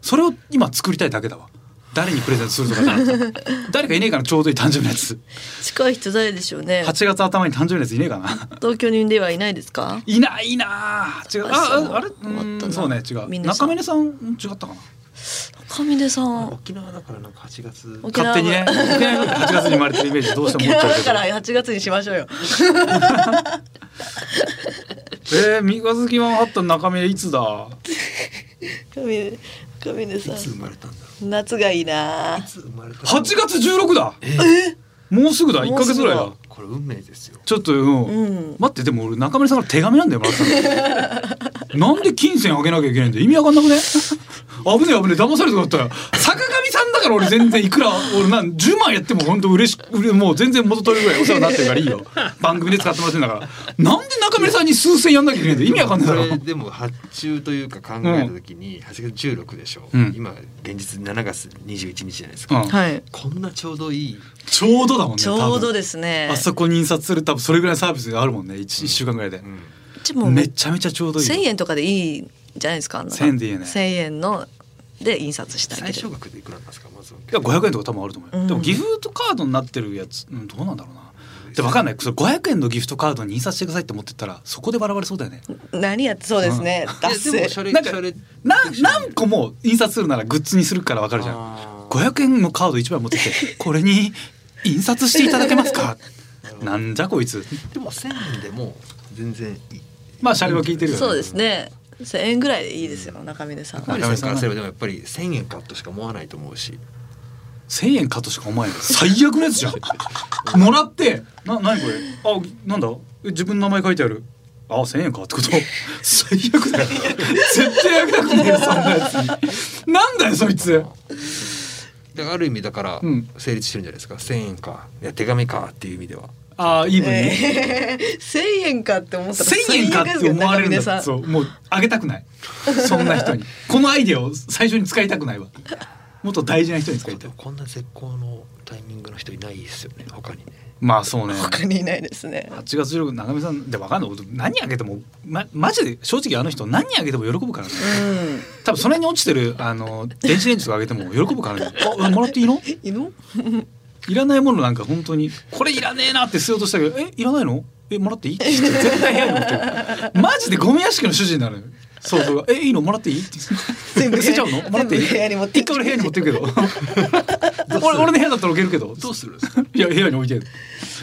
Speaker 2: それを今作りたいだけだわ誰にプレゼントするとかじゃな くて誰かいねえかなちょうどいい誕生日のやつ
Speaker 3: 近い人誰でしょうね
Speaker 2: 8月頭に誕生日のやついねえかな
Speaker 3: 東京にではいないですか
Speaker 2: いないなあ違うあああれう
Speaker 3: 終わった
Speaker 2: ーん
Speaker 3: な
Speaker 2: そうね違う
Speaker 3: 峰さ
Speaker 2: 中
Speaker 3: ん
Speaker 2: 峰さんうん違ったかな
Speaker 3: 中峰さ
Speaker 4: まあ
Speaker 3: ん
Speaker 4: 沖縄だからなんか8月
Speaker 3: 沖縄
Speaker 2: 勝手にね沖縄より8月に生まれてるイメージどうしても
Speaker 3: 沖
Speaker 2: 持っち
Speaker 3: 縄
Speaker 2: ゃう
Speaker 3: だから
Speaker 2: け
Speaker 3: 8月にしましょうよ
Speaker 2: どえー、三日月マンハッタン中峰いつだ
Speaker 3: 中峰
Speaker 4: い
Speaker 3: さ
Speaker 4: つ生まれたんだろ
Speaker 3: ん夏がいいう
Speaker 4: い
Speaker 3: な
Speaker 4: つ生まれたんだろう
Speaker 2: 8月16だ
Speaker 4: えー
Speaker 2: もうすぐだ1か月ぐらい
Speaker 3: もう
Speaker 2: だ
Speaker 3: す
Speaker 4: これ運命ですよ
Speaker 2: ちょっと、うん
Speaker 3: うん
Speaker 2: 待ってでも俺中村さんから手紙なんだよもらった のなんで金銭あげなきゃいけないんだよ意味わかんなくね危ねえ危ねえ騙されてったよ坂上さんだから俺全然いくら俺なん10万やっても本当嬉しく嬉もう全然元取れるぐらいお世話になってるからいいよ番組で使ってもらってんだからなんで中村さんに数千やんなきゃいけないんだよ意味わかんないだ
Speaker 4: こ
Speaker 2: ろ
Speaker 4: れでも発注というか考えた時に8月16でしょ、
Speaker 2: うん
Speaker 4: 今現実7月21日じゃないですか、
Speaker 2: うん
Speaker 3: はい
Speaker 4: こんなちょうどいい
Speaker 2: ちょうどだもんね
Speaker 3: ちょうど
Speaker 2: で
Speaker 3: ですね
Speaker 2: あそこに印刷する多分それぐらいのサービスがあるもんね 1, 一週間ぐらいで
Speaker 4: う、ん
Speaker 3: うちもう
Speaker 2: めちゃめちゃちょうどいい
Speaker 3: 1000円とかでいいんじゃないですかあんなの
Speaker 2: 1000円でいいよね
Speaker 3: 1000円ので印刷してあげ
Speaker 4: 最
Speaker 3: る
Speaker 4: 小額でいくらなんですかまず
Speaker 2: いや500円とか多分あると思うよ、
Speaker 3: うん
Speaker 2: でもギフトカードになってるやつ、うん、どうなんだろうなで分かんないそれ500円のギフトカードに印刷してくださいって持ってったらそこでバラバラそうだよね
Speaker 3: 何やってそうですね
Speaker 4: い
Speaker 3: 出
Speaker 4: やでもおし
Speaker 3: す
Speaker 4: ゃれ
Speaker 2: なんか
Speaker 4: おしゃれ
Speaker 2: な何個も印刷するならグッズにするから分かるじゃん
Speaker 4: あー
Speaker 2: 500円のカード1枚持ってきてこれに印刷していただけますかなんじゃこいつ
Speaker 4: でも1000円でも全然いい
Speaker 2: まあシャレは聞いてるよ、ね、
Speaker 3: そうですね1000円ぐらいでいいですよ中峰さん
Speaker 4: マ
Speaker 2: は
Speaker 4: リさんからすればでもやっぱり1,000円カットしか思わないと思うし
Speaker 2: 1000円カットしか思えない最悪のやつじゃん もらってな何これあなんだえ自分の名前書いてあるあ1000円かってこと最悪だよ絶対あげたくねえよそんなやつになんだよそいつ
Speaker 4: だからある意味だから
Speaker 2: うん
Speaker 4: 成立してるんじゃないですか、1,000円かいや手紙かっていう意味では
Speaker 2: あーイーブンに、
Speaker 3: 1000円かって思ったら
Speaker 2: 1000円かって思われるんだ
Speaker 3: 最悪ですよ中
Speaker 2: そう
Speaker 3: 峰さん
Speaker 2: もうあげたくないそんな人にこのアイデアを最初に使いたくないわもっと大事な人に使いた
Speaker 4: で
Speaker 2: い
Speaker 4: もこんな絶好のタイミングの人いないですよね他にね
Speaker 2: まあそうね
Speaker 3: 他にいないですね
Speaker 2: 8月16長見さんでわかんない何あげてもまマジで正直あの人何あげても喜ぶからね
Speaker 3: うん
Speaker 2: 多分それに落ちてるあの電子レンジとかあげても喜ぶからね。あもらっていいの？
Speaker 3: いの
Speaker 2: いらないものなんか本当にこれいらねえなって捨てようとしたけどえいらないの？えもらっていい？って絶対部屋に持ってる。マジでゴミ屋敷の主人なのよ。そうそうえいいのもらっていいって
Speaker 3: 全部部
Speaker 2: 捨てちゃ
Speaker 3: 屋
Speaker 2: う
Speaker 3: に
Speaker 2: のもらっていい
Speaker 3: 全部部屋に持って
Speaker 2: 一
Speaker 3: き
Speaker 2: 回
Speaker 3: て
Speaker 2: 俺部屋に持ってくけど俺俺の部屋だったら置けるけど
Speaker 4: どうする
Speaker 2: いや部屋に置いてる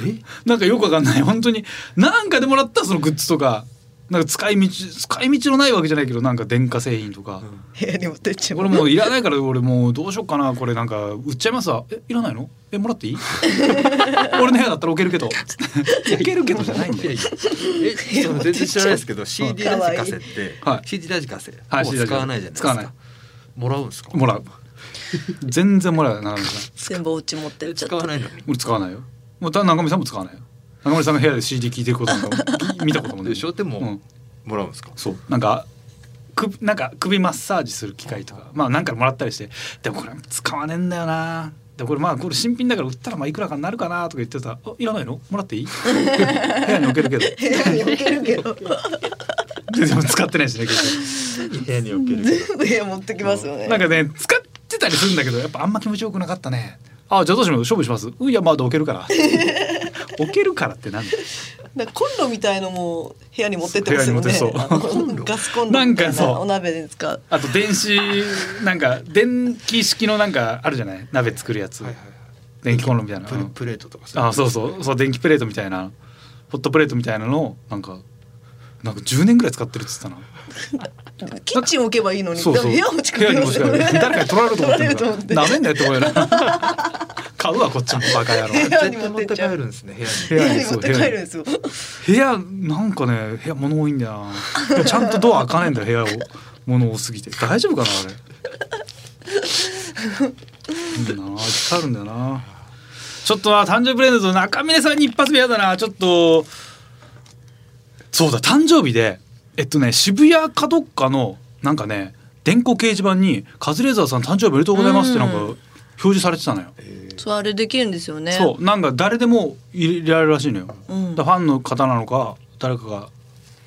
Speaker 4: え
Speaker 2: なんかよくわかんない本当になんかでもらったそのグッズとかなんか使い道使い道のないわけじゃないけどなんか電化製品とか、
Speaker 3: 部屋に持ってっちゃう
Speaker 2: これ もういらないから俺もうどうしようかなこれなんか売っちゃいますわえいらないのえもらっていい 俺の部屋だったら置けるけど置けるけどじ ゃないん
Speaker 4: いや
Speaker 2: で
Speaker 4: いやえその全然知らないですけど CD ラジカセって、
Speaker 2: はい
Speaker 4: CD ラジカセ、
Speaker 2: はい
Speaker 4: もう
Speaker 2: CD ラジ
Speaker 4: 使わないじゃないです
Speaker 2: 使わない
Speaker 4: かもらうんですか
Speaker 2: もらう全然もらうよななみさん
Speaker 3: 全部お家持ってっちゃっ
Speaker 4: 使
Speaker 3: た
Speaker 4: わないのに
Speaker 2: 俺使わないよもうた中見さんも使わないよ中森さんが部屋で CD 聞いてることなんか 見たこともない
Speaker 4: でしょでも
Speaker 2: うん
Speaker 4: もらうんですか
Speaker 2: そうなんかくなんか首マッサージする機械とかまあなんかもらったりしてでもこれ使わねえんだよなでもこれまあこれ新品だから売ったらまあいくらかになるかなとか言ってたら「あいらないのもらっていい? 」 部屋に置けるけど
Speaker 3: 部屋に置けるけど
Speaker 2: ででも使ってないしね結
Speaker 4: 部屋に置ける
Speaker 3: 全部部屋持ってきますよね
Speaker 2: 局なんかね使ってたりするんだけどやっぱあんま気持ちよくなかったねあじゃあどうします処分しますうんいやまだ置けるから 置けるからってなんだよ
Speaker 3: なんかコンロみたいのも部屋に持ってってますよ
Speaker 2: 部
Speaker 3: ね
Speaker 2: 屋に持ってそう
Speaker 3: あのガスコンロみた
Speaker 2: なんか
Speaker 3: い
Speaker 2: そう
Speaker 3: なお鍋で使う
Speaker 2: あと電子なんか電気式のなんかあるじゃない鍋作るやつ、
Speaker 4: はいはい
Speaker 2: 電気コンロみたいな
Speaker 4: プレプレートとか
Speaker 2: あそうそうそう電気プレートみたいなホットプレートみたいなのをなんかなんか10年ぐらい使ってるっつってたな
Speaker 3: キッチン置けばいいのに
Speaker 2: そうそう
Speaker 3: 部屋持ち帰りますよ
Speaker 2: 部屋に持ち帰
Speaker 3: ね
Speaker 2: る誰かに取られると思ってる
Speaker 3: 取
Speaker 2: から
Speaker 3: れると
Speaker 2: な
Speaker 3: 思
Speaker 2: めんなよって思うよな買うわこっちもバカ野郎
Speaker 4: 絶対持って帰るんですね部屋
Speaker 2: 部屋
Speaker 3: 部
Speaker 4: に
Speaker 3: 屋
Speaker 2: に
Speaker 3: に
Speaker 2: そ
Speaker 3: 持
Speaker 2: う
Speaker 3: って帰るんですよ
Speaker 2: 部屋なんかね部屋物多いんだよなでもちゃんとドア開かねえんだよ部屋を物多すぎて大丈夫かなあれうんなあいっぱいあるんだよなちょっとな誕生日プレゼント中峰さんに一発目やだなちょっとそうだ誕生日でえっとね渋谷かどっかのなんかね電光掲示板に「カズレーザーさん誕生日おめでとうございます」ってなんか
Speaker 3: うん
Speaker 2: 表示されてたのよ。
Speaker 3: そうあれできるんですよね
Speaker 2: そうなんか誰でも入れられるらしいのよ、
Speaker 3: うん
Speaker 2: だからファンの方なのか誰かが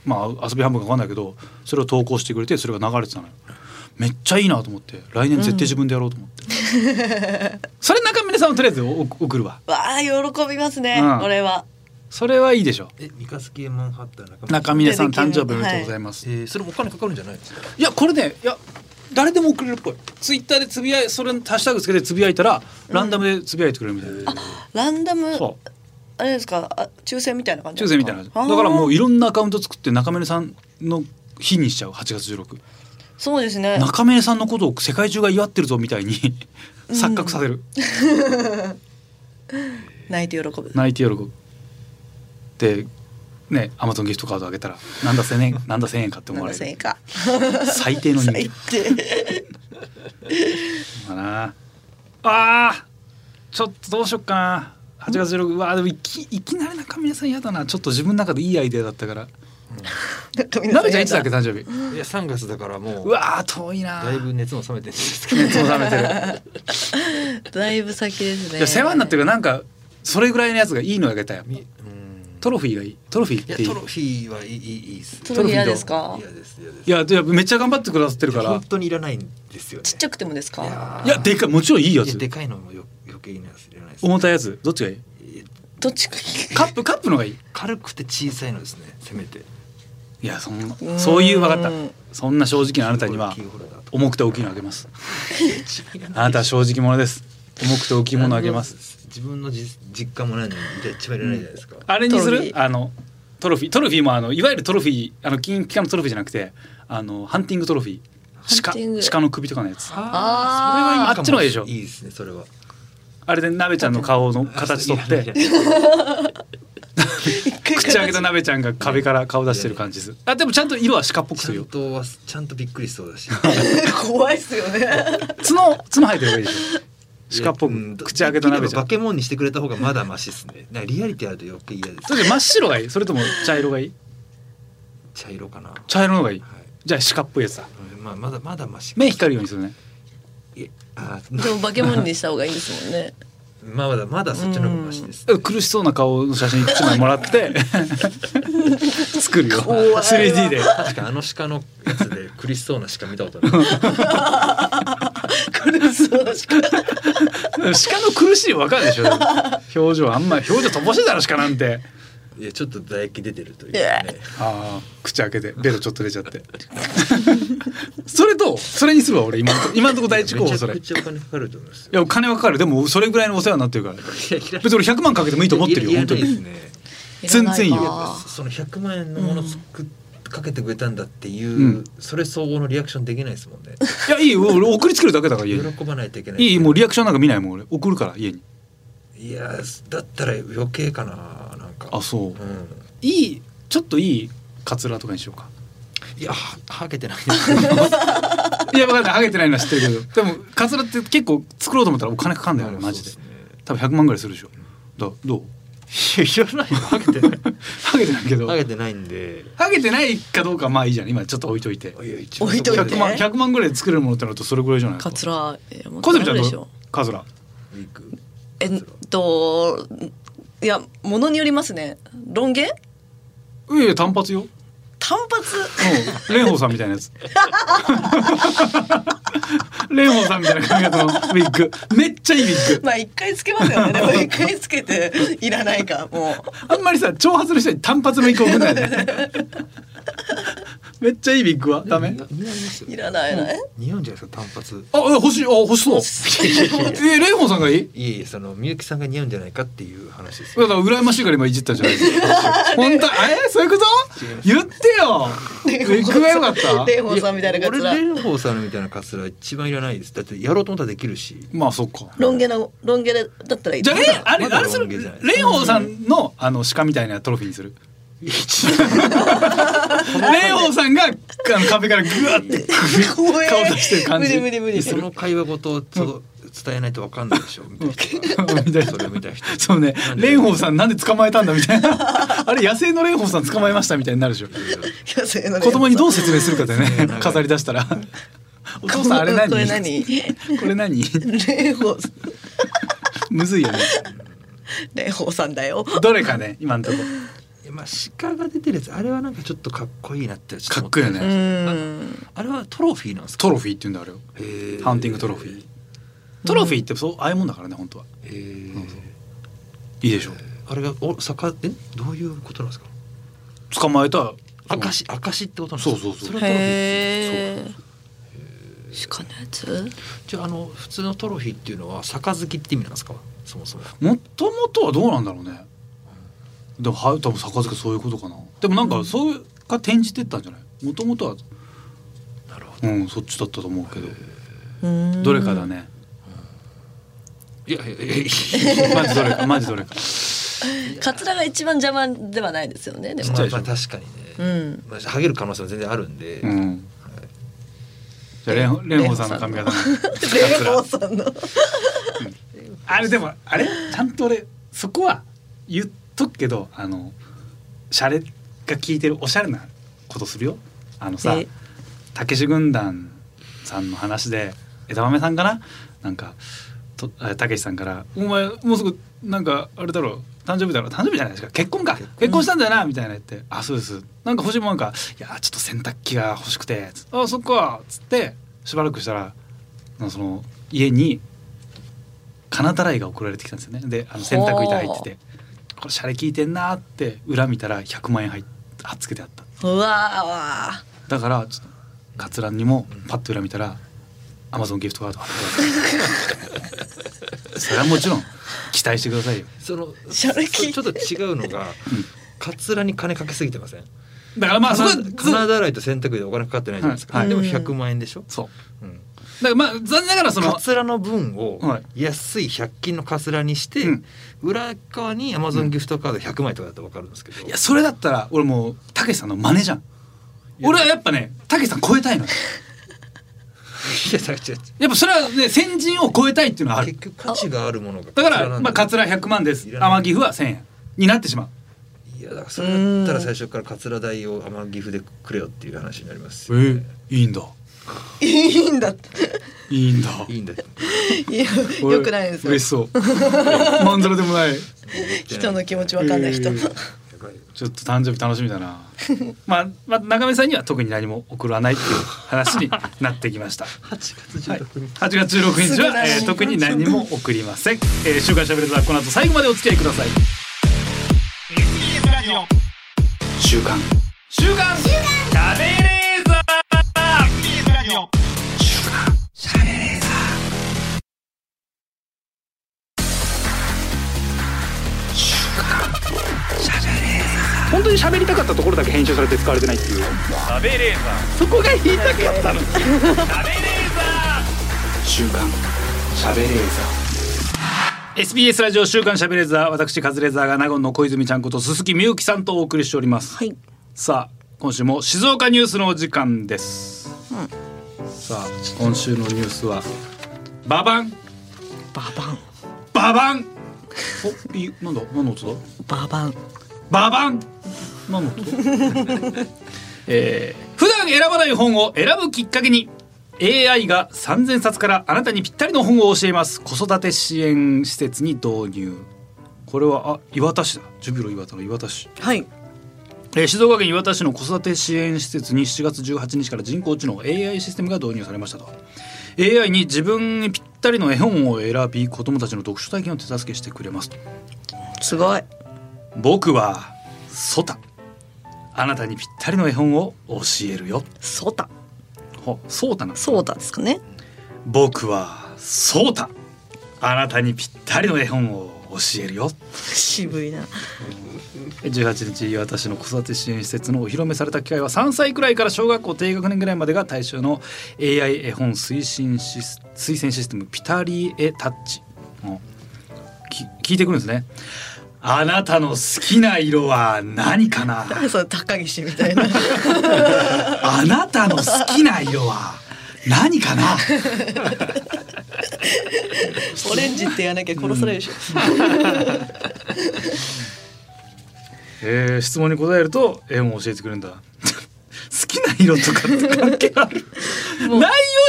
Speaker 2: まあ遊び半分か分かんないけどそれを投稿してくれてそれが流れてたのよめっちゃいいなと思って来年絶対自分でやろうと思って、それ中峰さんはとりあえずお送るわ
Speaker 3: わあ喜びますね、
Speaker 2: うん
Speaker 3: 俺は
Speaker 2: それはいいでしょ
Speaker 4: え三笠系マンハッタン中
Speaker 2: 中峰さん誕生日おめ
Speaker 3: は
Speaker 2: で
Speaker 3: い
Speaker 2: とうございます、
Speaker 4: えーそれもお金かかるんじゃないですか
Speaker 2: いやこれねいや誰でも送れるっぽいツイッターでつぶやいそれのハッシュタグつけてつぶやいたら、ランダムでつぶやいてくれるみたいな、
Speaker 3: ランダム
Speaker 2: そう
Speaker 3: あれですかあ抽選みたいな感じ
Speaker 2: 抽選みたいなだ
Speaker 3: だ
Speaker 2: からもういろんなアカウント作って中峰さんの日にしちゃう8月16
Speaker 3: そうですね
Speaker 2: 中峰さんのことを世界中が祝ってるぞみたいに錯覚させる、
Speaker 3: 泣いて喜ぶ
Speaker 2: 泣いて喜ぶでねアマゾンギフトカードあげたらなんだ1000円なんだ1000円かって思われ
Speaker 3: 7000
Speaker 2: る
Speaker 3: 円か
Speaker 2: 最低の人
Speaker 3: 最
Speaker 2: 気
Speaker 3: 低
Speaker 2: だなあーちょっとどうしよっかな8月16うわーでもいきいきなり中峰さん嫌だなちょっと自分の中でいいアイデアだったから鍋ちゃんいつだっけ誕生日
Speaker 4: いや三月だからも
Speaker 2: う
Speaker 4: う
Speaker 2: わー遠いな
Speaker 4: だいぶ熱も冷めてるんですけど
Speaker 2: 熱も冷めてる
Speaker 3: だいぶ先ですね
Speaker 2: いや世話になってるからなんかそれぐらいのやつがいいのあげたよ
Speaker 4: みうん
Speaker 2: トロフィーがいいトロフィー
Speaker 4: い
Speaker 2: っ
Speaker 4: や
Speaker 2: ていいい
Speaker 4: トロフィーはいいいいいいです
Speaker 3: トロフィー嫌ですか
Speaker 4: 嫌です嫌です
Speaker 2: やいやめっちゃ頑張ってくださってるか
Speaker 4: 本
Speaker 2: ら
Speaker 4: 当にいらないんですよね
Speaker 3: ちっちゃくてもですか
Speaker 2: いやでかいもちろんいいや
Speaker 4: いや
Speaker 2: つ
Speaker 4: でかいのもよ余計なやついらないです、
Speaker 2: 重たいやつどっちがいい
Speaker 3: どっちか
Speaker 2: カップカップのがいい
Speaker 4: 軽くて小さいのですねせめて
Speaker 2: いやそん
Speaker 3: ー
Speaker 2: なんそういう分かったそんな正直なあなたには
Speaker 4: キーホルダーとか
Speaker 2: 重くて大きいのあげますあなたは正直者です重くて大きいものあげます
Speaker 4: 自分のじ実感もないのに一番いらないじゃないですか、
Speaker 2: あれにす
Speaker 3: トロフ
Speaker 2: る
Speaker 3: ィー
Speaker 2: あのトロフィートロフィーもあのいわゆるトロフィーあの金ピカのトロフィーじゃなくてあのハンティングトロフィ
Speaker 3: ハンティング
Speaker 2: ー鹿鹿の首とかのやつ
Speaker 3: あ
Speaker 2: あ
Speaker 3: ー
Speaker 2: っちの方がいいでしょ
Speaker 4: いいですねそれは
Speaker 2: あれで鍋ちゃんの顔の形取って口開けた鍋ちゃんが壁から顔出してる感じです。あでもちゃんと色は鹿っぽくす
Speaker 4: ちゃ
Speaker 2: る
Speaker 4: ん
Speaker 2: よ。
Speaker 4: とはちゃんとびっくりしそうだし
Speaker 3: 怖いっすよね
Speaker 2: 角角生えてる方がいいでしょ。 鹿っぽ
Speaker 4: うん
Speaker 2: く口開けた鍋
Speaker 4: でき
Speaker 2: ち
Speaker 4: れ
Speaker 2: ゃ
Speaker 4: ば
Speaker 2: ん
Speaker 4: 化。け物にしてくれた方がまだマシですねなんかリアリティあると余計嫌です
Speaker 2: それで真っ白がいい。それとも茶色がいい。
Speaker 4: 茶色かなは
Speaker 2: 茶色の方がいい。
Speaker 4: い
Speaker 2: じゃあ鹿っぽいやつだ。
Speaker 4: うんまあまだまだマシ
Speaker 2: 目光るようにするね。
Speaker 4: いやあ ー
Speaker 3: でも化け物にした方がいいですもんね
Speaker 4: まあまだまだそっちの方がマシですね、
Speaker 2: 苦しそうな顔の写真一枚もらって作るよ。
Speaker 3: 怖いわ
Speaker 2: 3D で。
Speaker 4: 確かあの鹿のやつで苦しそうな鹿見たこと ない
Speaker 3: これそうしか
Speaker 2: 鹿の苦しいわかるでしょ。表情あんま表情乏しいだろ鹿なんて。
Speaker 4: いやちょっと唾液出てるというかね
Speaker 2: ああ口開けてベロちょっと出ちゃってそれとそれにするわ俺今のと今のとこ第一候補それ
Speaker 4: め
Speaker 2: い
Speaker 4: ちゃくちゃお金かかると思いますよ
Speaker 2: やお金はかかるでもそれぐらいのお世話になってるから別に俺100万かけてもいいと思ってるよ
Speaker 4: いや
Speaker 2: 本当
Speaker 4: いら
Speaker 2: に
Speaker 4: ないですね
Speaker 2: 全然いいよ
Speaker 3: らなか
Speaker 4: その100万円のもの作っかけてくれたんだっていう、
Speaker 2: うん
Speaker 4: それ相応のリアクションできないですもんね
Speaker 2: いやいいよ俺送りつけるだけだから家に
Speaker 4: 喜ばないといけない
Speaker 2: いいもうリアクションなんか見ないもん俺送るから家に
Speaker 4: いやだったら余計かななんか
Speaker 2: あそう
Speaker 4: うん
Speaker 2: いいちょっといいカツラとかにしようか
Speaker 4: いやははげてないです
Speaker 2: いや分かんないハゲてないのは知ってるけどでもカツラって結構作ろうと思ったらお金かかんだよあれマジで
Speaker 4: そう
Speaker 2: 多分100万ぐらいするでしょだどう
Speaker 4: すねいやいらないはげてない
Speaker 2: ハゲてないけど
Speaker 4: はげてないんで
Speaker 2: ハゲてないかどうかはまあいいじゃん今ちょっと置いといて
Speaker 4: いや一
Speaker 3: 番置いといて
Speaker 2: 100万100万ぐらいで作れるものってなるとそれぐらいじゃない
Speaker 3: カツラえもう
Speaker 2: 小泉ちゃん
Speaker 3: あ
Speaker 2: ど
Speaker 3: るで
Speaker 2: う
Speaker 3: しょ
Speaker 2: カズラ
Speaker 4: ウィーク
Speaker 3: えっといやものによりますねロン毛
Speaker 2: いやいや単発よも
Speaker 3: 単発
Speaker 2: う蓮舫さんみたいなやつ蓮舫さんみたいな髪型のウィッグめっちゃいいウィッグ
Speaker 3: まあ一回つけますよねで も一回つけていらないかもう
Speaker 2: あんまりさ挑発の人に単発のウィッグ送んないねめっちゃいいウィッグはダメ
Speaker 4: 似合似合いますよ
Speaker 3: いらないな、え
Speaker 4: 似合うんじゃないですか単発
Speaker 2: あ、え欲しい、あ、欲しそう。え、レイホンさんがいい。い
Speaker 4: いえいえそのみゆきさんが似合うんじゃないかっていう話です
Speaker 2: や、だ
Speaker 4: よ
Speaker 2: から羨ましいから、今いじったじゃないです か。本当、え、そういうこと。言ってよ。ウィッグが良かった。
Speaker 3: レイホンさんみたいなカツラ
Speaker 4: いや俺蓮舫さんみたいなカツラ一番いらないですだってやろうと思ったらできるし
Speaker 2: まあ、そっか。
Speaker 3: ロン毛のロン毛だったらいい
Speaker 2: じゃあ、レイ、あれ、
Speaker 4: まだ
Speaker 2: あれする
Speaker 4: ロン毛じゃない。
Speaker 2: レイホンさんの、あの鹿みたいなトロフィーにする。レイホンさんが、あの壁からぐわって。
Speaker 3: 怖え
Speaker 2: 顔出してる感じ
Speaker 3: 無理無理無理
Speaker 4: その会話ごとちょっと伝えないとわかんないでしょみた
Speaker 2: うんみ
Speaker 4: い
Speaker 2: たい
Speaker 4: な
Speaker 2: な
Speaker 4: それを見た人
Speaker 2: そうね、レイホンさん、なんで捕まえたんだみたい な。あれ、野生のレイホンさん捕まえましたみたいになるでしょ。子
Speaker 3: 子
Speaker 2: 供にどう説明す るかだよね飾り出したらお父さんあれ何
Speaker 3: これ 何
Speaker 2: これ何
Speaker 3: レイホン
Speaker 2: むずいよね
Speaker 3: レイホンさんだよ
Speaker 2: どれかね今んとこ
Speaker 4: いやまあ鹿が出てるやつあれはなんかちょっとかっこいいなってちょっと
Speaker 2: か
Speaker 4: 思
Speaker 2: ってこいいよ
Speaker 3: う
Speaker 2: ね
Speaker 3: ん
Speaker 4: あれはトロフィーなんですか
Speaker 2: トロフィーって言うんだあれを
Speaker 4: へー
Speaker 2: ハンティングトロフィートロフィーってそうああいうもんだからね本当は
Speaker 4: へー
Speaker 2: いいでしょ
Speaker 4: あれがお坂えどういうことなんですか
Speaker 2: 捕まえた
Speaker 4: 証証ってことなんですか
Speaker 2: そうそうそう
Speaker 4: れはトロフィーですね
Speaker 3: へえ鹿のやつ
Speaker 4: じゃああの普通のトロフィーっていうのは杯って意味なんですかそもそも
Speaker 2: もともとはどうなんだろうねでもは多分杯そういうことかなでもなんかそういうか転じてったんじゃないもともとは
Speaker 4: なるほ
Speaker 2: うんそっちだったと思うけど
Speaker 3: うん
Speaker 2: どれかだね
Speaker 4: どいやいやいやいや
Speaker 2: マジどれかマジどれか
Speaker 3: カツラが一番邪魔ではないですよねで
Speaker 2: ち
Speaker 3: も
Speaker 2: っちゃいでしょ
Speaker 4: まあまあ確かに
Speaker 3: う
Speaker 4: ね、
Speaker 3: ん
Speaker 4: まあ、ハゲる可能性も全然あるんで、
Speaker 2: うんじゃあレンレンホンさんの髪型
Speaker 3: レイホンさんの
Speaker 2: あれでもあれちゃんと俺そこは言っとくけどあのシャレが効いてるおしゃれなことするよあのさ
Speaker 3: え
Speaker 2: たけし軍団さんの話で枝豆さんかななんかとあたけしさんから「お前もうすぐなんかあれだろ誕生日だろ誕生日じゃないですか結婚か結婚したんだよな」みたいな言って「あそうです」なんか欲しいもんか「いやちょっと洗濯機が欲しくて」つあそっか」つってしばらくしたらなんかその家に金たらいが送られてきたんですよねであの洗濯板入ってて「これシャレ効いてんな」って裏見たら100万円入っはっつけてあった
Speaker 3: うわあ
Speaker 2: だからちょっとカツラにもパッと裏見たらアマゾンギフト カード貼ってたそれはもちろん期待してくださいよ
Speaker 4: その
Speaker 3: シャレキ
Speaker 4: ちょっと違うのが、カツラに金かけすぎてません
Speaker 2: だからまあそこは
Speaker 4: 金金洗いと洗濯でお金かかってないじゃないですか、
Speaker 2: はい
Speaker 4: でも
Speaker 3: うん
Speaker 4: 100万円でしょ、
Speaker 2: そう
Speaker 4: うん、
Speaker 2: だからまあ残念ながらその
Speaker 4: カツラの分を
Speaker 2: は
Speaker 4: 安い100均のカツラにして、
Speaker 2: うん
Speaker 4: 裏側にアマゾンギフトカード100枚とかだったら分かるんですけど
Speaker 2: いやそれだったら俺もうたけしさんの真似じゃん俺はやっぱねたけしさん超えたいのよ
Speaker 4: いやだから違う違う
Speaker 2: やっぱそれはね先人を超えたいっていうのはある
Speaker 4: 結局価値があるものが
Speaker 2: だか
Speaker 4: カツラ
Speaker 2: ら
Speaker 4: なん
Speaker 2: まあカツラ100万です天岐阜は1000円になってしまう
Speaker 4: いやだからそれだったら最初からカツラ代をアマギフでくれよっていう話になりますよ、
Speaker 2: えいいんだ
Speaker 3: いいんだって
Speaker 2: いいんだ
Speaker 4: いいんだよ
Speaker 3: いやよくないですよ
Speaker 2: 嬉しそうまんざらでもない
Speaker 3: 人の気持ちわかんない人、
Speaker 2: えー
Speaker 4: やばい
Speaker 2: ちょっと誕生日楽しみだ な。まあ、まあ、中目さんには特に何も送らないっていう話になってきました。
Speaker 4: 8月
Speaker 2: はい
Speaker 4: 16日、、
Speaker 2: 8月16日
Speaker 3: すご
Speaker 2: は、
Speaker 3: い
Speaker 2: えー特に何も送りません。えー、週刊しゃべれずはこの後最後までお付き合いください。
Speaker 5: TBS ラジオ
Speaker 1: 週刊
Speaker 2: 週刊しゃべれーザー
Speaker 1: 本当に喋りたかったところだけ編集されて使われてないっていうそこが言いたかった の週刊喋れー
Speaker 2: SBS ラジオ週刊しゃべれーザー私カズレーザーが名護の小泉ちゃんこと鈴木みゆきさんとお送りしております、
Speaker 3: はい
Speaker 2: さあ今週も静岡ニュースのお時間です、さあ今週のニュースはババン
Speaker 3: ババン
Speaker 2: ババンおいなんだ何の音だ
Speaker 3: ババン
Speaker 2: ババン何の音 えー、普段選ばない本を選ぶきっかけに AI が3000冊からあなたにぴったりの本を教えます子育て支援施設に導入これはあ岩田市だジュビロ磐田の岩田市
Speaker 3: はい
Speaker 2: えー静岡県磐田市の子育て支援施設に7月18日から人工知能 AI システムが導入されましたと AI に自分にぴったりの絵本を選び子どもたちの読書体験を手助けしてくれますと
Speaker 3: すごい
Speaker 2: 僕はソタあなたにぴったりの絵本を教えるよ
Speaker 3: ソタ
Speaker 2: ほソータなんです
Speaker 3: ソータですかね
Speaker 2: 僕はソータあなたにぴったりの絵本を教えるよ
Speaker 3: 渋いな
Speaker 2: 18日岩田市の子育て支援施設のお披露目された機会は3歳くらいから小学校低学年ぐらいまでが対象の AI 絵本推進シス推薦システムピタリエタッチのき聞いてくるんですねあなたの好きな色は何かな
Speaker 3: その高岸 みたいな
Speaker 2: あなたの好きな色 は何かな
Speaker 3: オレンジってやらなきゃ殺されるでしょ、
Speaker 2: えー質問に答えると絵本を教えてくれるんだ 好きな色とかって関係ある内容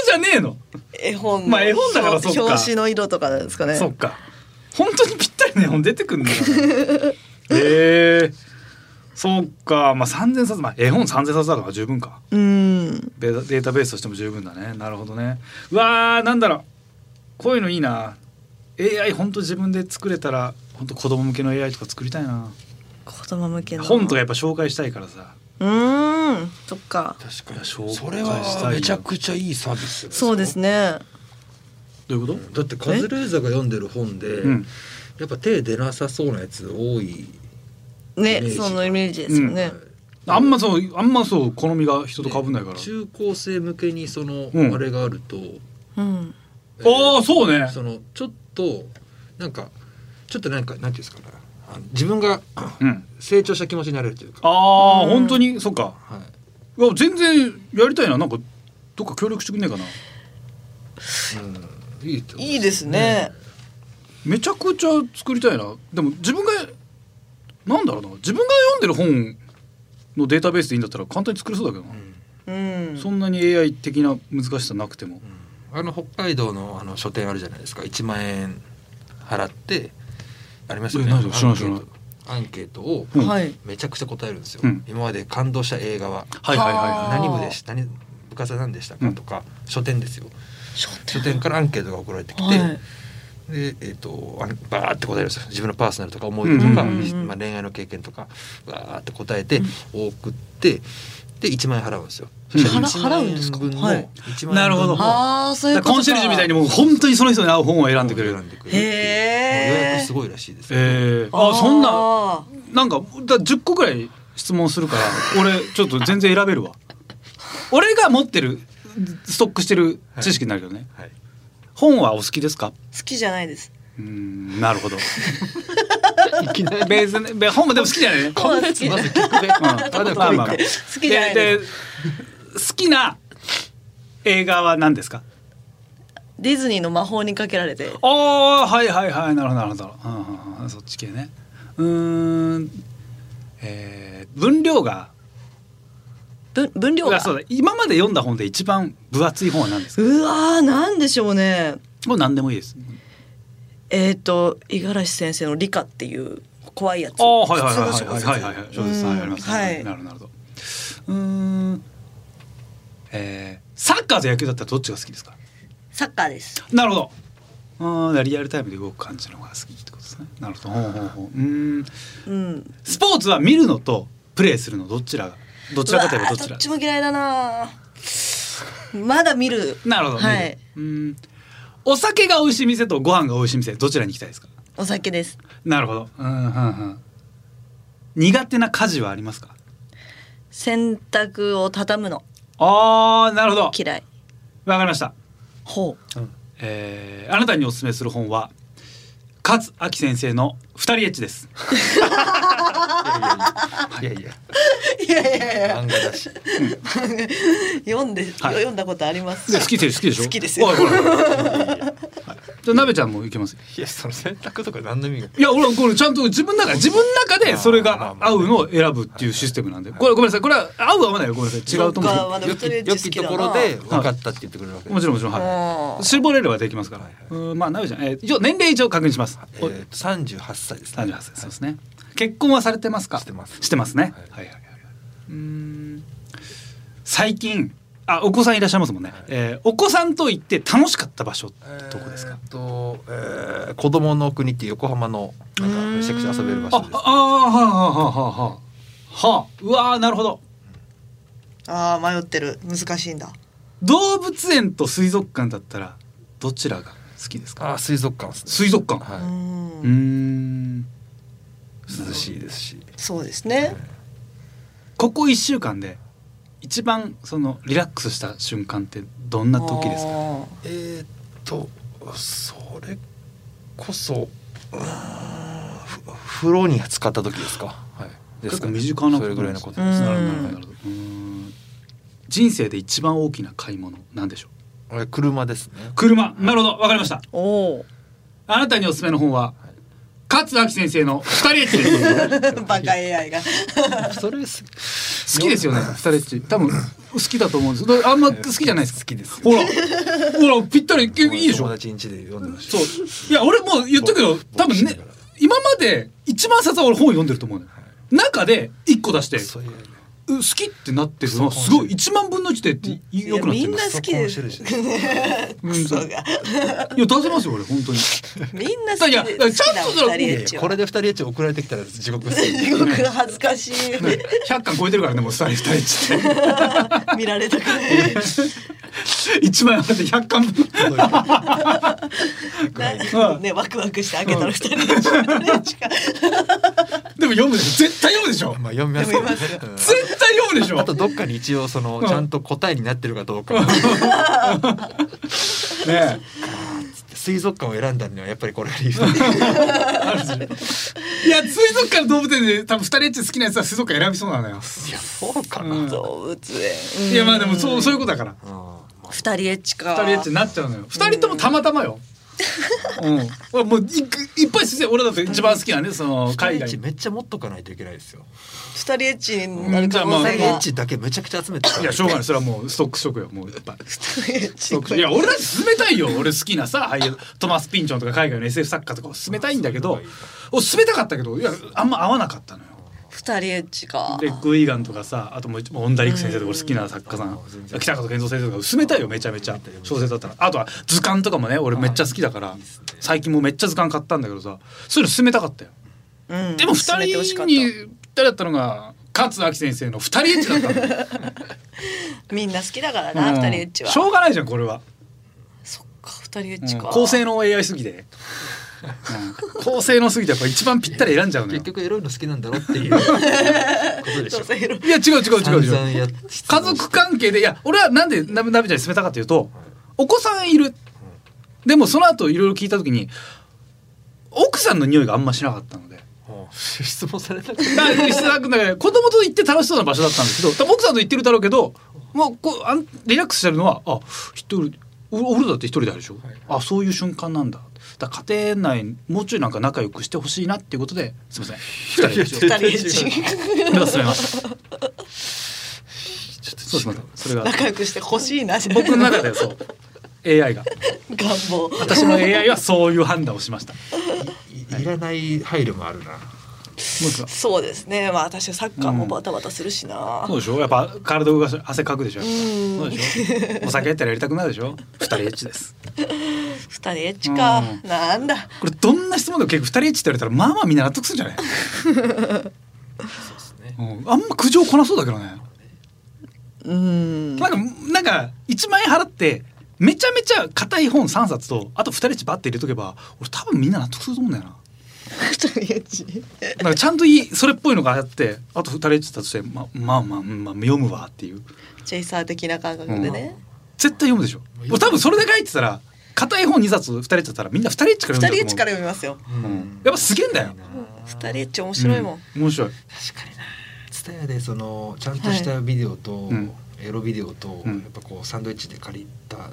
Speaker 2: じゃねえの
Speaker 3: 絵本の
Speaker 2: まあ絵本だからそっか
Speaker 3: 表紙の色とかですかね
Speaker 2: そっか本当にぴったりの絵本出て くるんだなえー、そうかまあ3,000冊まあ絵本3,000冊だから十分か
Speaker 3: うん
Speaker 2: データデータベースとしても十分だねなるほどねうわーなんだろうこういうのいいな AI 本当自分で作れたら本当子供向けの AI とか作りたいな
Speaker 3: 子供向けの
Speaker 2: 本とかやっぱ紹介したいからさ
Speaker 3: うーんそっか
Speaker 4: 確か
Speaker 2: いや
Speaker 4: に
Speaker 2: 紹介
Speaker 4: それはめちゃくちゃいいサービス
Speaker 3: そうです
Speaker 4: ね
Speaker 3: ね
Speaker 2: どういうこと
Speaker 4: だってカズレーザーが読んでる本で、
Speaker 2: うん
Speaker 4: やっぱ手出なさそうなやつ多いイ
Speaker 3: ね
Speaker 4: メージ
Speaker 3: そのイメージですよね、
Speaker 2: あんまそうあんまそう好みが人と被んないから、
Speaker 4: 中高生向けにその、
Speaker 2: うん
Speaker 4: あれがあると
Speaker 3: うん
Speaker 2: ああそうね
Speaker 4: そのちょっとなんかちょっとなんかなんていうんですかねあの自分が
Speaker 2: うん
Speaker 4: 成長した気持ちになれるというか、
Speaker 2: ああ、
Speaker 3: うん
Speaker 2: 本当にそっか
Speaker 4: はい、
Speaker 2: いや全然やりたいななんかどっか協力してくんねえかな
Speaker 4: うんいいと思う
Speaker 3: いいですね、
Speaker 2: めちゃくちゃ作りたいなでも自分がなんだろうな自分が読んでる本のデータベースでいいんだったら簡単に作れそうだけどな、
Speaker 3: うん
Speaker 2: そんなに AI 的な難しさなくても、
Speaker 4: あの北海道のあの書店あるじゃないですか1万円払ってありますよね
Speaker 2: えなんで
Speaker 4: アン
Speaker 2: 知らない
Speaker 4: ケート
Speaker 2: 知
Speaker 4: アンケートを
Speaker 2: うん
Speaker 3: はい
Speaker 4: めちゃくちゃ答えるんですよ、
Speaker 2: うん
Speaker 4: 今まで感動した映画は
Speaker 2: はいはいはい
Speaker 3: あ
Speaker 2: は
Speaker 3: ー
Speaker 4: 何部でした何部活は何でした
Speaker 2: う
Speaker 4: か
Speaker 2: ん
Speaker 4: とか、書店ですよ
Speaker 3: 書
Speaker 4: 書店からアンケートが送られてきて、
Speaker 3: はい
Speaker 4: でえー、とあのバーって答えるんですよ自分のパーソナルとか思い出とか、
Speaker 2: うん
Speaker 3: うんうん
Speaker 4: まあ、恋愛の経験とかバーって答えて送ってで1万円払うんですよ。そしたら
Speaker 3: 払払うんですか
Speaker 4: 1万円分
Speaker 3: は
Speaker 4: の
Speaker 3: い
Speaker 4: 1万円分の
Speaker 2: なるほど
Speaker 3: ああそう
Speaker 2: い
Speaker 3: い
Speaker 2: だ
Speaker 3: う
Speaker 2: か
Speaker 3: こ
Speaker 2: らコン
Speaker 3: とか
Speaker 2: シェルジュみたいにもう本当にその人に合う本を選んでくれる
Speaker 4: へ
Speaker 3: へー
Speaker 4: 予約すごいらしいですよ、
Speaker 2: えー、あそんななんかだ10個ぐらい質問するから俺ちょっと全然選べるわ俺が持ってるストックしてる知識になるけどね、
Speaker 4: はい、
Speaker 2: 本はお好きですか
Speaker 3: 好きじゃないです
Speaker 2: うーんなるほど別にべ本もでも好きじゃないね、うん、
Speaker 3: 本は好きじゃ
Speaker 4: ま
Speaker 3: ない
Speaker 4: ず聞くべ、あでも
Speaker 2: まあ
Speaker 4: 来る
Speaker 2: まあ
Speaker 4: か
Speaker 3: 好きじゃない
Speaker 2: で
Speaker 3: で
Speaker 2: です好きな映画は何ですか
Speaker 3: ディズニーの魔法にかけられて
Speaker 2: ああはいはいはいなるほどなるほど、うんうんうん、そっち系ねうーんえー、分量が
Speaker 3: 分分量が
Speaker 2: あそうだ今まで読んだ本で一番分厚い本は何ですか
Speaker 3: うわーなんでしょうね
Speaker 2: もう何でもいいです
Speaker 3: えっ、ー、と五十嵐先生の理科っていう怖いやつ
Speaker 2: ああはいはいはい
Speaker 3: 普通の小説
Speaker 2: はいはいはいはい小説
Speaker 3: うん
Speaker 2: はいありますね
Speaker 3: はい
Speaker 2: なるほどなるほどうーんえー、サッカーと野球だったらどっちが好きですか
Speaker 3: サッカーです
Speaker 2: なるほどああリアルタイムで動く感じの方が好きってことですねなるほどほうほうほううーん
Speaker 3: うん
Speaker 2: スポーツは見るのとプレーするのどちらがどちらかといえばどち
Speaker 3: うわーど
Speaker 2: ら
Speaker 3: っちも嫌いだなまだ見る
Speaker 2: なるほど、
Speaker 3: は
Speaker 2: 見
Speaker 3: い
Speaker 2: るうーんお酒が美味しい店とご飯が美味しい店どちらに行きたいですか
Speaker 3: お酒です
Speaker 2: なるほどうんうんうん苦手な家事はありますか
Speaker 3: 洗濯を畳むの
Speaker 2: ああなるほど
Speaker 3: 嫌い
Speaker 2: わかりました
Speaker 3: ほう
Speaker 2: えーあなたにお勧めする本は勝明先生の二人エッチです。
Speaker 4: いやいや
Speaker 3: いやいやいや
Speaker 4: 漫画だし
Speaker 3: 読んで、
Speaker 2: はい
Speaker 3: 読んだことありま
Speaker 2: です好きで好きでしょ。
Speaker 3: 好きですよ
Speaker 2: おいほらほらじゃあ鍋ちゃんもいけますよ。
Speaker 4: いやその選択とか何の意味が
Speaker 2: いや俺これちゃんと自分の中自分の中でそれが合うのを選ぶっていうシステムなんで。これごめんなさいこれは合う合わないよごめんなさい違うと思
Speaker 3: そっかま
Speaker 2: う。
Speaker 3: だ
Speaker 4: 良
Speaker 3: 普通にエ
Speaker 4: き
Speaker 3: ッ
Speaker 4: 良
Speaker 3: チ好
Speaker 4: き
Speaker 3: きだ
Speaker 4: と
Speaker 3: な
Speaker 4: ころで分かったって言ってくれるわけ
Speaker 2: もち
Speaker 4: ろん
Speaker 2: ろんもちろん
Speaker 3: あ
Speaker 2: はい。
Speaker 3: ー
Speaker 2: 絞れればできますから
Speaker 4: はいはい。
Speaker 2: うんまあ鍋ちゃんえー一応年齢一応確認します。お
Speaker 4: えー、38歳です
Speaker 2: 三十八歳そうですね。結婚はされてますか。
Speaker 4: してます
Speaker 2: してますね。は
Speaker 4: は
Speaker 2: は
Speaker 4: いい
Speaker 2: いはい。うーん。最近あお子さんいらっしゃいますもんね。えーお子さんと行って楽しかった場所ってどこですか。
Speaker 4: えーっと、えー、子供の国って横浜のなんかめちゃくちゃ遊べる場所
Speaker 2: あ
Speaker 4: です
Speaker 2: ああはあはあはあはあはあうわーなるほど。
Speaker 3: あー迷ってる難しいんだ
Speaker 2: 動物園と水族館だったらどちらが好きですか。
Speaker 4: あー水族館ですね
Speaker 2: 水族館。
Speaker 3: う
Speaker 4: は
Speaker 3: ん
Speaker 2: うーん。
Speaker 4: い涼しいですし
Speaker 3: そうですね
Speaker 2: ここ一週間で一番そのリラックスした瞬間ってどんな時ですか。
Speaker 3: あ
Speaker 4: えー、っとそれこそうーんふ風呂に使った時ですかはいです
Speaker 2: 結
Speaker 4: か
Speaker 2: 構
Speaker 4: ね
Speaker 2: 身近な
Speaker 4: それぐらいのことで
Speaker 3: うん
Speaker 4: すね
Speaker 2: なるほどなるほどうーん人生で一番大きな買い物なんでしょう
Speaker 4: え車ですね
Speaker 2: 車なるほどわかりました
Speaker 3: ーお
Speaker 2: あなたにおすすめの本は勝明先生の二人エッチです
Speaker 3: おバカ AI が
Speaker 4: それす
Speaker 2: 好きですよね二人エッチ多分好きだと思うんですどあんま好きじゃないですか
Speaker 4: 好きです
Speaker 2: ほらほらぴったりいいでし
Speaker 4: 友
Speaker 2: ょ
Speaker 4: 達ん家で読んでました
Speaker 2: そういや俺もう言っとくけど多分ね今まで一番最初は俺本読んでると思うのよ中で一個出して
Speaker 4: そういう
Speaker 2: う好きってなってるのはすごい一万分の一でってよくなってるん
Speaker 3: みん
Speaker 2: で
Speaker 3: な
Speaker 2: す
Speaker 3: 好きです
Speaker 4: クソコンシェルジュ
Speaker 2: うん
Speaker 3: クソが
Speaker 2: いや出せますよ俺本当に
Speaker 3: みんな好き
Speaker 2: いや
Speaker 3: で
Speaker 2: いやちゃんと
Speaker 3: 好きなお二人エッ
Speaker 4: い
Speaker 3: チ
Speaker 4: や
Speaker 3: は
Speaker 4: これで二人エッチ送られてきたら地獄です よ
Speaker 3: 地獄恥ず かしい
Speaker 2: 100巻超えてるからねもう2人2人っ
Speaker 3: 見られたから
Speaker 2: て1枚あって100巻分
Speaker 3: なねワクワクして開けたら二人で一緒にねしか
Speaker 2: でも読むでしょ絶対読むでしょ
Speaker 4: まあ読みます
Speaker 3: 読みま
Speaker 4: よね
Speaker 3: すよ
Speaker 4: うん
Speaker 2: 絶対読むでしょ
Speaker 4: あとどっかに一応その
Speaker 2: ん
Speaker 4: ちゃんと答えになってるかどうか
Speaker 2: ね
Speaker 4: 水族館を選んだのにはやっぱりこれが理由なんです
Speaker 2: えいや水族館の動物園で多分2人エッチ好きなやつは水族館選びそうなのよ
Speaker 4: いやそうかな、
Speaker 2: う
Speaker 4: うんん
Speaker 3: 動物園
Speaker 2: いやまあでもそうそういうことだから
Speaker 3: 二人エッチか
Speaker 2: 2人エッチになっちゃうのよ2人ともたまたまようん俺もういくいっぱい先生俺だって一番好きなねその海外
Speaker 4: 海外めっちゃ持っとかないといけないですよ。
Speaker 3: 二人エッチになる可能
Speaker 2: うん
Speaker 4: 海
Speaker 3: 性
Speaker 4: 外エ
Speaker 3: が
Speaker 4: ッチだけめちゃくちゃ集めてた
Speaker 2: いやしょうがないそれはもうストックショックよもうやっぱ
Speaker 3: 二人エッチ
Speaker 2: いや俺だって進めたいよ俺好きなさ俳優トマス・ピンチョンとか海外の SF 作家とかを進めたいんだけどお進めたかったけどいやあんま合わなかったのよ。
Speaker 3: 二人エッチか
Speaker 2: でグイガンとかさあともうオンダリク先生とか俺好きな作家さん
Speaker 4: うん
Speaker 2: 北方健三先生とか進めたいよめちゃめちゃ小説だったらあとは図鑑とかもね俺めっちゃ好きだから最近もめっちゃ図鑑買ったんだけどさそういうの進めたかったよ。
Speaker 3: うん
Speaker 2: でも
Speaker 3: 進めて
Speaker 2: 2
Speaker 3: ほしか
Speaker 2: 人
Speaker 3: っ
Speaker 2: にぴったりだったのが勝明先生の二人エッチだった のよ
Speaker 3: たみんな好きだから
Speaker 2: う
Speaker 3: なん二人エッチは
Speaker 2: しょうがないじゃんこれは。
Speaker 3: そっか二人エッ
Speaker 2: う
Speaker 3: チ
Speaker 2: ん
Speaker 3: か
Speaker 2: 高性能 AI すぎて、うん、高性能すぎてやっぱ一番ぴったり選んじゃうのよ
Speaker 4: 結局エロいの好きなんだろって いうことでし
Speaker 3: そ
Speaker 4: ょ
Speaker 3: う。そうエロ
Speaker 2: いや違う違う違う
Speaker 4: 散々
Speaker 2: 違う
Speaker 4: やっ
Speaker 2: 家族関係でいや俺はなんでななべちゃんに勧めたかというとお子さんいるでもその後いろいろ聞いた時に奥さんの匂いがあんましなかったので。
Speaker 4: うん質問されたくな
Speaker 2: だ
Speaker 4: い。
Speaker 2: から石田君だから子供と行って楽しそうな場所だったんですけど多分奥さんと行ってるだろうけど、まあ、こうあんリラックスしてるのはあ一人おお風呂だって一人であるでしょ、あそういう瞬間なんだだから家庭内もうちょいなんか仲良くしてほしいなっていうことですいません二人で す
Speaker 3: 二人
Speaker 4: いや
Speaker 3: エッチ
Speaker 2: れは進めます
Speaker 4: ちょっと
Speaker 2: そうしますそれが
Speaker 3: 仲良くしてほしいな
Speaker 2: 僕の中ではそう AI が
Speaker 3: 願望
Speaker 2: 私の AI はそういう判断をしました
Speaker 4: いいらない配慮もあるな。
Speaker 2: うですか
Speaker 3: そうですねまあ私サッカーもバタバタするしな、
Speaker 2: そうでしょやっぱ体動かし汗かくでしょやっ
Speaker 3: う
Speaker 2: ぱそう
Speaker 3: ん
Speaker 2: でしょお酒やったらやりたくなるでしょ二人エッチです
Speaker 3: 二人エッチか、
Speaker 2: う
Speaker 3: なんだ
Speaker 2: これどんな質問でも結構二人エッチって言われたらまあまあみんな納得するんじゃない、うん、あんま苦情こなそうだけどね
Speaker 3: うん
Speaker 2: なんかなんか1万円払ってめちゃめちゃ硬い本3冊とあと2人エッチバッて入れとけば俺多分みんな納得すると思うんだよな。
Speaker 3: 二人エッチ
Speaker 2: なんかちゃんといいそれっぽいのがあってあと2人エッチだとしてままあまあ、うんまあ、読むわっていう
Speaker 3: チェイサー的な感覚でね、
Speaker 2: 絶対読むでしょ俺多分それで書いてたら硬い本2冊2人エッチだったらみんな2人エッチから
Speaker 3: 二
Speaker 2: 読ん
Speaker 3: 人エ
Speaker 2: じゃう
Speaker 3: ッチ
Speaker 2: と
Speaker 3: から
Speaker 2: 思う
Speaker 3: 読みますよ
Speaker 4: うん
Speaker 2: やっぱすげえんだよ
Speaker 3: 二人エッチ面白いもん、
Speaker 2: うん面白い
Speaker 4: 確かにな。ツタヤでそのちゃんとしたビデオと、
Speaker 2: うん
Speaker 4: エロビデオと、
Speaker 2: うん
Speaker 4: やっぱこうサンドイッチで借りた、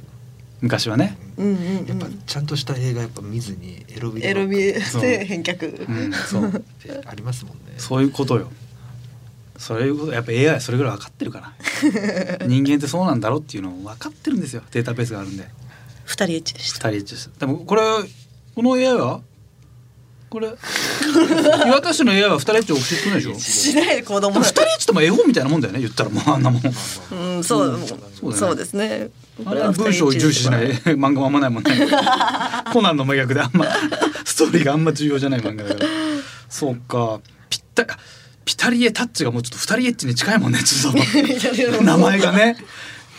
Speaker 2: 昔はね、
Speaker 3: うん、うんうん
Speaker 4: やっぱちゃんとした映画やっぱ見ずにエロビデオ
Speaker 3: エロビで
Speaker 2: そう
Speaker 3: 返却、
Speaker 2: うん、そう
Speaker 4: ってありますもんね。
Speaker 2: そういうことよそういうことやっぱ AI はそれぐらい分かってるから人間ってそうなんだろうっていうのを分かってるんですよデータベースがあるんで
Speaker 3: 二人エッチでし
Speaker 2: 2
Speaker 3: た
Speaker 2: 人エッチですでもこれこの AI はこれ岩田市の AI は2人エッチを教えてくれないで しょ
Speaker 3: しないで子供
Speaker 2: でも2人エッチとも絵本みたいなもんだよね言ったらもうあんなもん
Speaker 3: うんそう、
Speaker 2: うん
Speaker 3: そう
Speaker 2: そうだね
Speaker 3: ですね
Speaker 2: あんな文章を重視しない 漫画もあんまないもんねコナンの真逆であん まストーリーがあんま重要じゃない漫画だからそうかぴったりピタリエタッチがもうちょっと二人エッチに近いもんねちょっと名前がね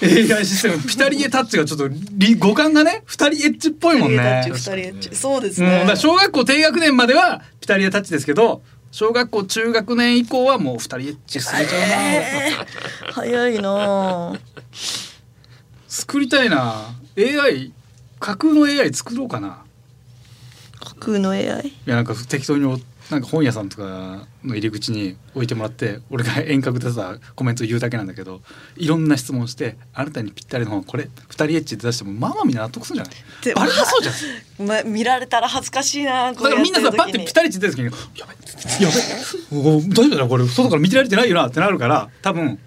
Speaker 2: AI システムピタリエタッチがちょっとり語感がね二人エッチっぽいも
Speaker 3: も
Speaker 2: ん
Speaker 3: ん
Speaker 2: ね
Speaker 3: ね。二人エッチそうです
Speaker 2: うん、だ
Speaker 3: ね
Speaker 2: か。ら小学校低学年まではピタリエタッチですけど小学校中学年以降はもう二人エッチされちゃうな、
Speaker 3: 早いなあ。
Speaker 2: 作りたいな AI 架空の AI 作ろうかな
Speaker 3: 架空の AI。
Speaker 2: いやなんか適当におなんか本屋さんとかの入り口に置いてもらって俺が遠隔でさコメント言うだけなんだけどいろんな質問してあなたにぴったりの本これ二人エッチって出してもまあまあみんな納得するんじゃない
Speaker 3: で
Speaker 2: バレなそうじゃん
Speaker 3: ま見られたら恥ずかしい
Speaker 2: だ
Speaker 3: な。
Speaker 2: からみんなさパッてピタリエッチ出た時に「やべやべお大丈夫だなこれ外から見てられてないよな」ってなるから多分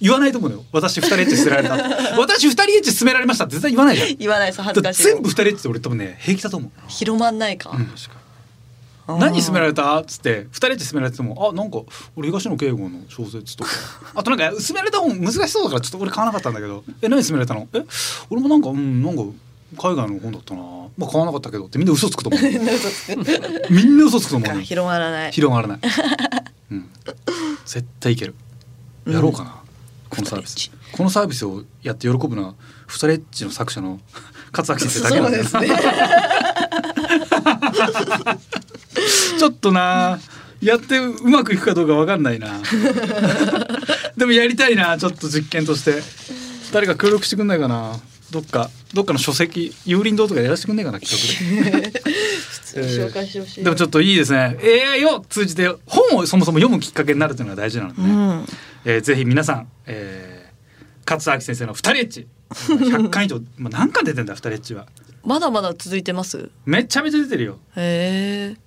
Speaker 2: 言わないと思うのよ私二人エッチ勧められた私二人エッチ勧められましたって絶対言わないじゃん
Speaker 3: リ。言わないです恥
Speaker 2: だから
Speaker 3: ずかしい
Speaker 2: 全
Speaker 3: の
Speaker 2: 部。二人エッチって俺多分ね平気だと思う
Speaker 3: 広まんないか。
Speaker 2: うん
Speaker 4: 確か
Speaker 3: あー
Speaker 2: 何勧められたっつって二人で勧められてもあなんか俺東野圭吾の小説 とかあとなんか勧められた本難しそうだからちょっと俺買わなかったんだけどえ何勧められたのえ俺もなんかうんなんか海外の本だったなまあ買わなかったけどってみん な嘘つくと思うみんな嘘つくと思う
Speaker 3: か
Speaker 2: ね
Speaker 3: 広まらない。
Speaker 2: 広がら ない、うん、絶対いけるやろうかな、このサービ
Speaker 3: 二
Speaker 2: ス
Speaker 3: 人
Speaker 2: このサービスをやって喜ぶのは二人エッチの作者の 勝明先生だけな
Speaker 3: そ
Speaker 2: んだよ
Speaker 3: うで
Speaker 2: な
Speaker 3: すね。
Speaker 2: ちょっとなやってうまくいくかどうかわかんない なでもやりたいなちょっと実験として誰か協力してくんないかなどっかどっかの書籍有林堂とかやらせてくんないかな企画 で
Speaker 3: 紹介してほしい。
Speaker 2: でもちょっといいですね AI を通じて本をそもそも読むきっかけになるというのが大事なので
Speaker 3: う
Speaker 2: ね、
Speaker 3: ん。
Speaker 2: えーぜひ皆さん、えー勝明先生の「二人エッチ」100巻以上、 まあ、何巻出てんだ二人エッチは
Speaker 3: まだまだ続いてます。
Speaker 2: めちゃめちゃ出てるよ
Speaker 3: へえ。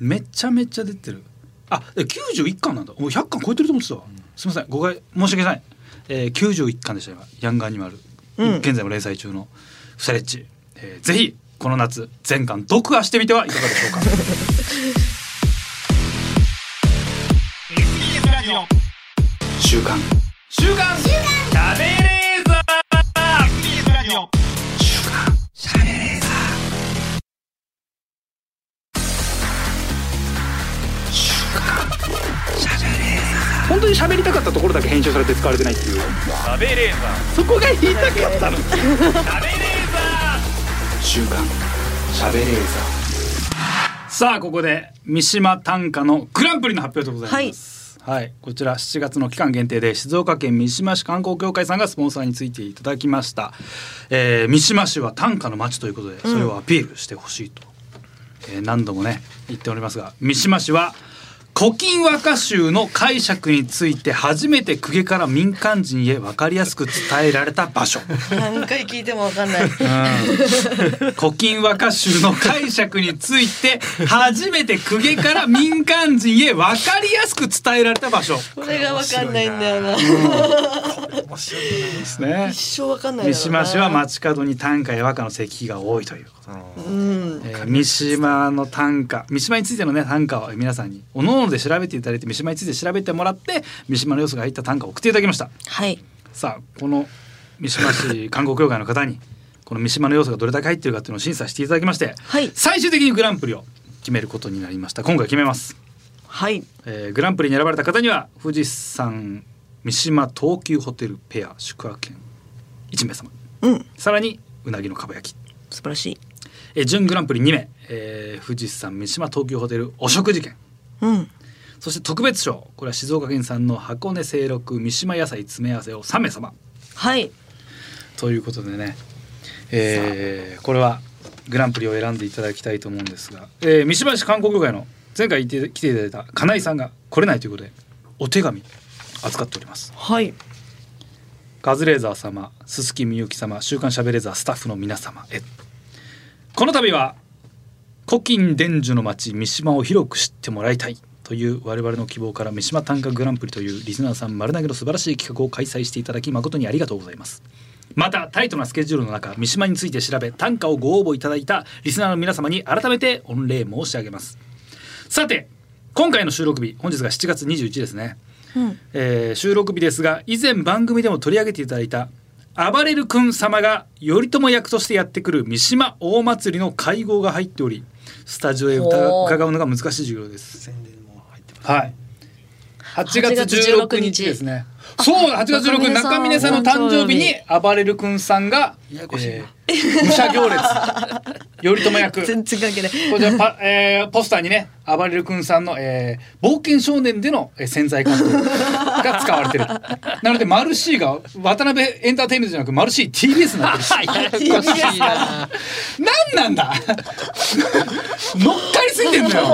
Speaker 2: めちゃめちゃ出てるあで91巻なんだもう100巻超えてると思ってたわ、すみません誤解申し訳ない、えー、91巻でした今「ヤングアニマル」
Speaker 3: うん
Speaker 2: 現在も連載中の「フサレッチ」えーぜひこの夏全巻読破してみてはいかがでしょうか週刊週刊週刊喋れーザ
Speaker 1: 本当に喋りたかったところだけ編集されて使われてないっていう喋れーそこが言いたかったの喋れーザー週刊喋れーザー
Speaker 2: ーさあここで三島短歌のグランプリの発表でございますはい、こちら7月の期間限定で静岡県三島市観光協会さんがスポンサーについていただきました、えー三島市は短歌の街ということでそれをアピールしてほしいと、えー何度もね言っておりますが三島市は古今和歌集の解釈について初めて公家から民間人へ分かりやすく伝えられた場所
Speaker 3: 何回聞いてもわかんない。
Speaker 2: 古今和歌集の解釈について初めて公家から民間人へ分かりやすく伝えられた場所
Speaker 3: これがわかんないんだよな。
Speaker 4: 面白いな。
Speaker 2: ですね
Speaker 3: 一生わかんないだろうな。
Speaker 2: 三島市は街角に短歌や和歌の石碑が多いということ、
Speaker 3: うん。
Speaker 2: えー三島の短歌三島についてのね短歌を皆さんにおのので調べていただいて三島について調べてもらって三島の要素が入った短歌を送っていただきました
Speaker 3: はい
Speaker 2: さあこの三島市観光協会の方にこの三島の要素がどれだけ入ってるかっていうのを審査していただきまして、
Speaker 3: はい
Speaker 2: 最終的にグランプリを決めることになりました今回決めます、
Speaker 3: はい
Speaker 2: えーグランプリに選ばれた方には富士山三島東急ホテルペア宿泊券1名様
Speaker 3: うん
Speaker 2: さらにうなぎのかば焼き
Speaker 3: 素晴らしい
Speaker 2: えー準グランプリ2名、えー富士山三島東急ホテルお食事券
Speaker 3: うん
Speaker 2: そして特別賞これは静岡県産の箱根清六三島野菜詰め合わせを3名様
Speaker 3: はい
Speaker 2: ということでね、えーこれはグランプリを選んでいただきたいと思うんですが、えー三島市観光協会の前回いて来ていただいた金井さんが来れないということでお手紙扱っております
Speaker 3: はい
Speaker 2: カズレーザー様、鈴木みゆき様、週刊しゃべれーザースタッフの皆様へ。この度は古今伝授の町三島を広く知ってもらいたいという我々の希望から三島短歌グランプリというリスナーさん丸投げの素晴らしい企画を開催していただき誠にありがとうございます。またタイトなスケジュールの中三島について調べ短歌をご応募いただいたリスナーの皆様に改めて御礼申し上げます。さて今回の収録日本日が7月21日ですね。
Speaker 3: うん
Speaker 2: えー収録日ですが以前番組でも取り上げていただいた暴れる君様が頼朝役としてやってくる三島大祭りの会合が入っておりスタジオへ歌
Speaker 3: おー
Speaker 2: 伺うのが難しい授業です。はい8月16日ですね。そうだ8月16日中
Speaker 3: 中
Speaker 2: 峰
Speaker 3: 峰
Speaker 2: さ
Speaker 3: さ
Speaker 2: ん
Speaker 3: ん
Speaker 2: の誕生日に暴れる君さんが、えー、武者行列頼朝役
Speaker 3: 全然関係ない
Speaker 2: こちらパ、えーポスターにね、あばれる君さんの、えー冒険少年での、えー潜在感が使われてる。なので、マルシーが渡辺エンターテインメントじゃなく、マルシー TBS になって る。
Speaker 4: おかしいな
Speaker 2: 何なんだ 乗っかりすぎてんだよ。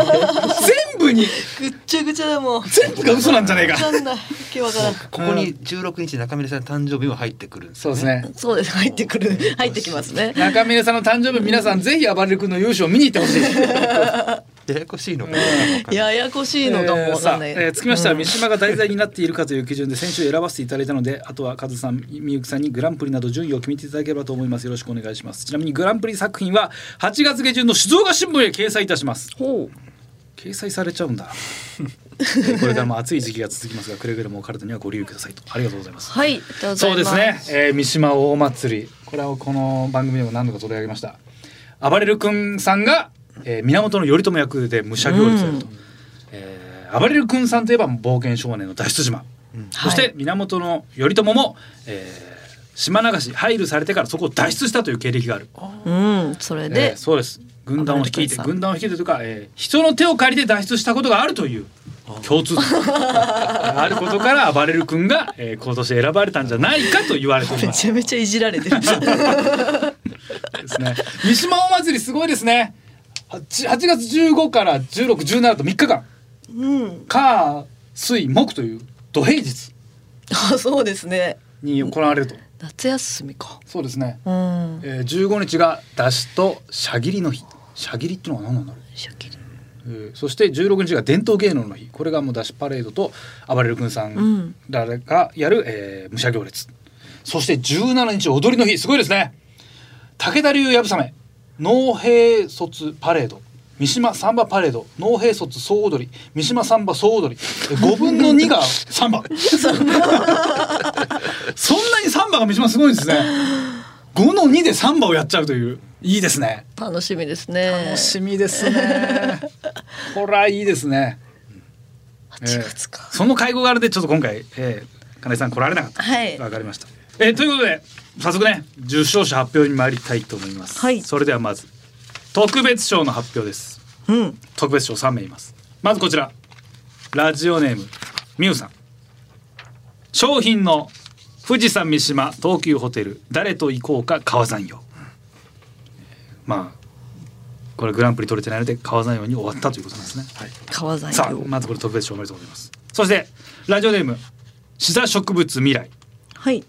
Speaker 2: 全部に、
Speaker 3: ぐっちゃぐちゃだもんわ
Speaker 2: 全部が嘘なんじゃない
Speaker 3: か
Speaker 2: か。
Speaker 3: んない今日わからん
Speaker 4: ここに16日中村さんの誕生日も入ってくるんです
Speaker 2: そう
Speaker 4: よ
Speaker 2: ですね。
Speaker 3: そうです入ってくる入ってきますね
Speaker 2: 中峰さんの誕生日、皆さんぜひあばれる君の勇姿を見に行ってほしい。
Speaker 4: ややこしいのかな
Speaker 3: ややこしいのかもわかんない、
Speaker 2: えーさあえーつきましては三島が題材になっているかという基準で先週選ばせていただいたのであとはカズさんみゆきさんにグランプリなど順位を決めていただければと思いますよろしくお願いしますちなみにグランプリ作品は8月下旬の静岡新聞へ掲載いたします
Speaker 3: ほう
Speaker 2: 掲載されちゃうんだ えーこれからも暑い時期が続きますがくれぐれもお体にはご留意くださいとありがとうございます
Speaker 3: はいありがとうござい
Speaker 2: そう
Speaker 3: ま
Speaker 2: ですね、えー三島大祭りこれをこの番組でも何度か取り上げました暴れる君さんが、えー源頼朝役で武者行列だと、えー暴れる君さんといえば冒険少年の脱出島、そして源頼朝も、えー島流し配慮されてからそこを脱出したという経歴がある
Speaker 3: うんそ
Speaker 2: で、
Speaker 3: れ
Speaker 2: え
Speaker 3: で
Speaker 2: ー、そうです軍団を率いて
Speaker 3: 暴れる君さん
Speaker 2: 軍団を率いてというか、えー人の手を借りて脱出したことがあるという共通点あることから暴れる君が、えー今年選ばれたんじゃないかと言われてい
Speaker 3: め
Speaker 2: ます
Speaker 3: ちゃめちゃいじられ てる
Speaker 2: ですね。三島お祭りすごいですね。8, 8月15から16、17と3日間、
Speaker 3: うん
Speaker 2: 火、水、木という土平日
Speaker 3: あそうですね
Speaker 2: に行われると。
Speaker 3: 夏休みか
Speaker 2: そうですね。
Speaker 3: うん
Speaker 2: えー、15日が出汁としゃぎりの日。しゃぎりってのは何なんだろう。
Speaker 3: シャキリ
Speaker 2: えーそして16日が伝統芸能の日これがもう出しパレードと暴れる君さ
Speaker 3: うんん
Speaker 2: らがやる、えー武者行列そして17日踊りの日すごいですね武田流やぶさめ農兵卒パレード三島サンバパレード農兵卒総踊り三島サンバ総踊り5分の2がサンバそんなにサンバが三島すごいんですね5の2でサンバをやっちゃうといういいですね
Speaker 3: 楽しみですね
Speaker 2: 楽しみです ね。これはいいですね。
Speaker 3: 8月か、
Speaker 2: その会合があるのでちょっと今回、えー、金井さん来られなかった。
Speaker 3: はい
Speaker 2: わかりました。えーということで早速ね受賞者発表に参りたいと思います。
Speaker 3: はい
Speaker 2: それではまず特別賞の発表です。
Speaker 3: うん
Speaker 2: 特別賞3名います。まずこちらラジオネームみゆさん。商品の富士山三島東急ホテル誰と行こうか川山用。まあこれグランプリ取れてないので川山用に終わったということなんですね。
Speaker 3: 川材
Speaker 2: さあ
Speaker 3: 料
Speaker 2: まずこれ特別賞おめでとうございます。そしてラジオネームシザ植物未来
Speaker 3: はい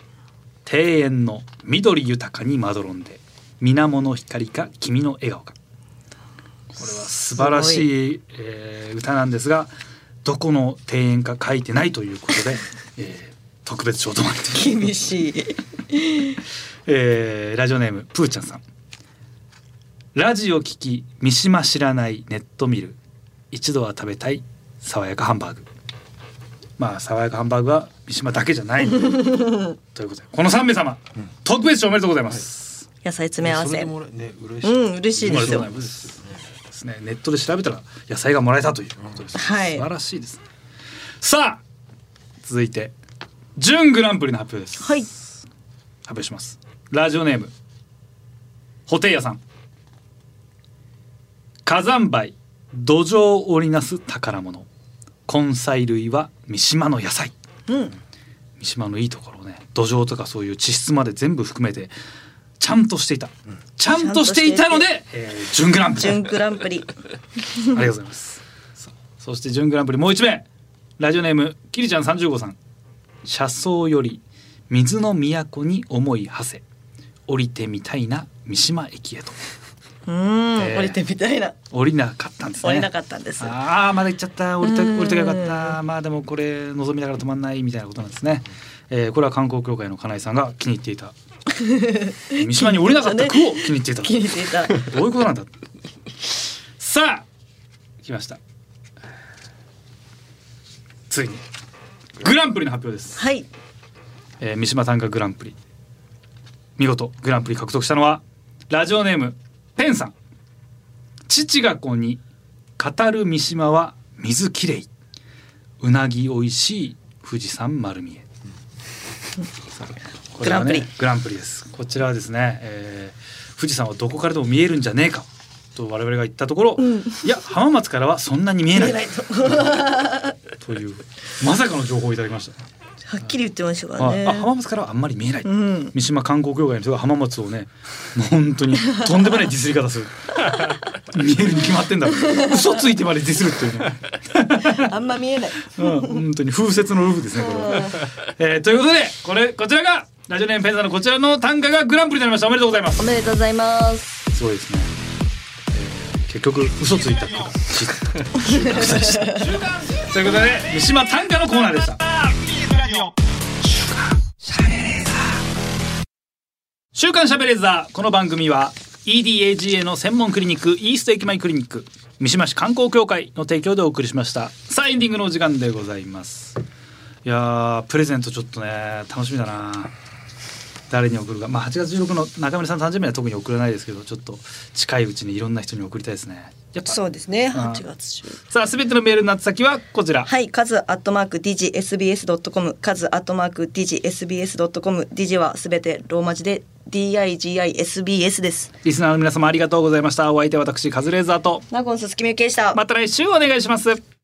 Speaker 2: 庭園の緑豊かにまどろんで水面の光か君の笑顔かこれは素晴らしいえー歌なんですがどこの庭園か書いてないということで、 えー特別賞となっています
Speaker 3: 厳しい
Speaker 2: えーラジオネームプーちゃんさんラジオ聞き三島知らないネット見る一度は食べたい爽やかハンバーグまあ爽やかハンバーグは三島だけじゃ ないということでこの3名様、特別賞おめでとうございます、
Speaker 3: 野菜詰め合わ
Speaker 4: それ
Speaker 3: せ
Speaker 4: で。もらえね嬉し
Speaker 3: う
Speaker 4: い、
Speaker 3: ん、嬉しい
Speaker 2: お
Speaker 3: で
Speaker 2: め
Speaker 3: す
Speaker 2: でとう
Speaker 3: よ
Speaker 2: ござ。いますですねネットで調べたら野菜がもらえたということです、
Speaker 3: はい
Speaker 2: 素晴らしいですねさあ続いて準グランプリの発表です、
Speaker 3: はい。
Speaker 2: 発表しますラジオネームホテイヤさん火山灰土壌を織りなす宝物根菜類は三島の野菜
Speaker 3: うん。
Speaker 2: 三島のいいところをね土壌とかそういう地質まで全部含めてちゃんとしていた、ちゃんとしていたのでえー準グランプリ
Speaker 3: 準グランプリ。
Speaker 2: ありがとうございます。さあそして準グランプリもう一名。ラジオネームキリちゃん三十五さん。車窓より水の都に思い馳せ。降りてみたいな三島駅へと。
Speaker 3: うん、
Speaker 2: えー
Speaker 3: 降りてみたいな。
Speaker 2: 降りなかったんですね。
Speaker 3: 降りなかったんです。
Speaker 2: ああまだ行っちゃった降りた
Speaker 3: うん
Speaker 2: 降りたかよかったまあでもこれ望みながら止まんないみたいなことなんですね、えーこれは観光協会の金井さんが気に入ってい た三島に降りなかった区を気に入っていた
Speaker 3: 気に入っていた。
Speaker 2: どういうことなんださあ来ましたついにグランプリの発表です、
Speaker 3: はい。
Speaker 2: えー三島短歌グランプリ見事グランプリ獲得したのはラジオネームペンさん父が子に語る三島は水きれいうなぎおいしい富士山丸見え、さあこれはね
Speaker 3: グランプリ
Speaker 2: グランプリですこちらはですね、えー富士山はどこからでも見えるんじゃねえかと我々が言ったところ、いや浜松からはそんなに見え
Speaker 3: 見
Speaker 2: な
Speaker 3: え
Speaker 2: い
Speaker 3: ない
Speaker 2: と
Speaker 3: と。
Speaker 2: いうまさかの情報をいただきました
Speaker 3: はっきり言ってましたから
Speaker 2: はい、
Speaker 3: ね。
Speaker 2: あ浜松からはあんまり見えない、
Speaker 3: うん。
Speaker 2: 三島観光協会の人が浜松をねもう本 当にとんでもないディスり方する見えるに決まってんだろ嘘ついてまでディスるっていうね、
Speaker 3: あんま見えない。
Speaker 2: うん、本当に風雪のループですねこれは、えーということでこれこちらがラジオネームペンさんのこちらの単価がグランプリになりましたおめでとうございます
Speaker 3: おめでとうございます。
Speaker 2: すごいですね、えー結局嘘ついたっていうか知った収穫されしたということで三島単価のコーナーでした週刊しゃべれーザーこの番組は EDAGA の専門クリニックイースト駅前クリニック三島市観光協会の提供でお送りしましたさあエンディングのお時間でございますいやープレゼントちょっとね楽しみだな誰に送るかまあ8月16の中村さんの誕生日は特に送らないですけどちょっと近いうちにいろんな人に送りたいですねやっぱ
Speaker 3: そうですね。
Speaker 2: あー
Speaker 3: 8月中。
Speaker 2: さあすべてのメールの宛先はこちら
Speaker 3: はい、カズアットマーク digsbs.com、カズアットマーク digsbs.com、dig はすべてローマ字で digisbs です。
Speaker 2: リスナーの皆様ありがとうございましたお相手は私カズレーザーと
Speaker 3: ナゴンススキミユキでした。
Speaker 2: また来週お願いします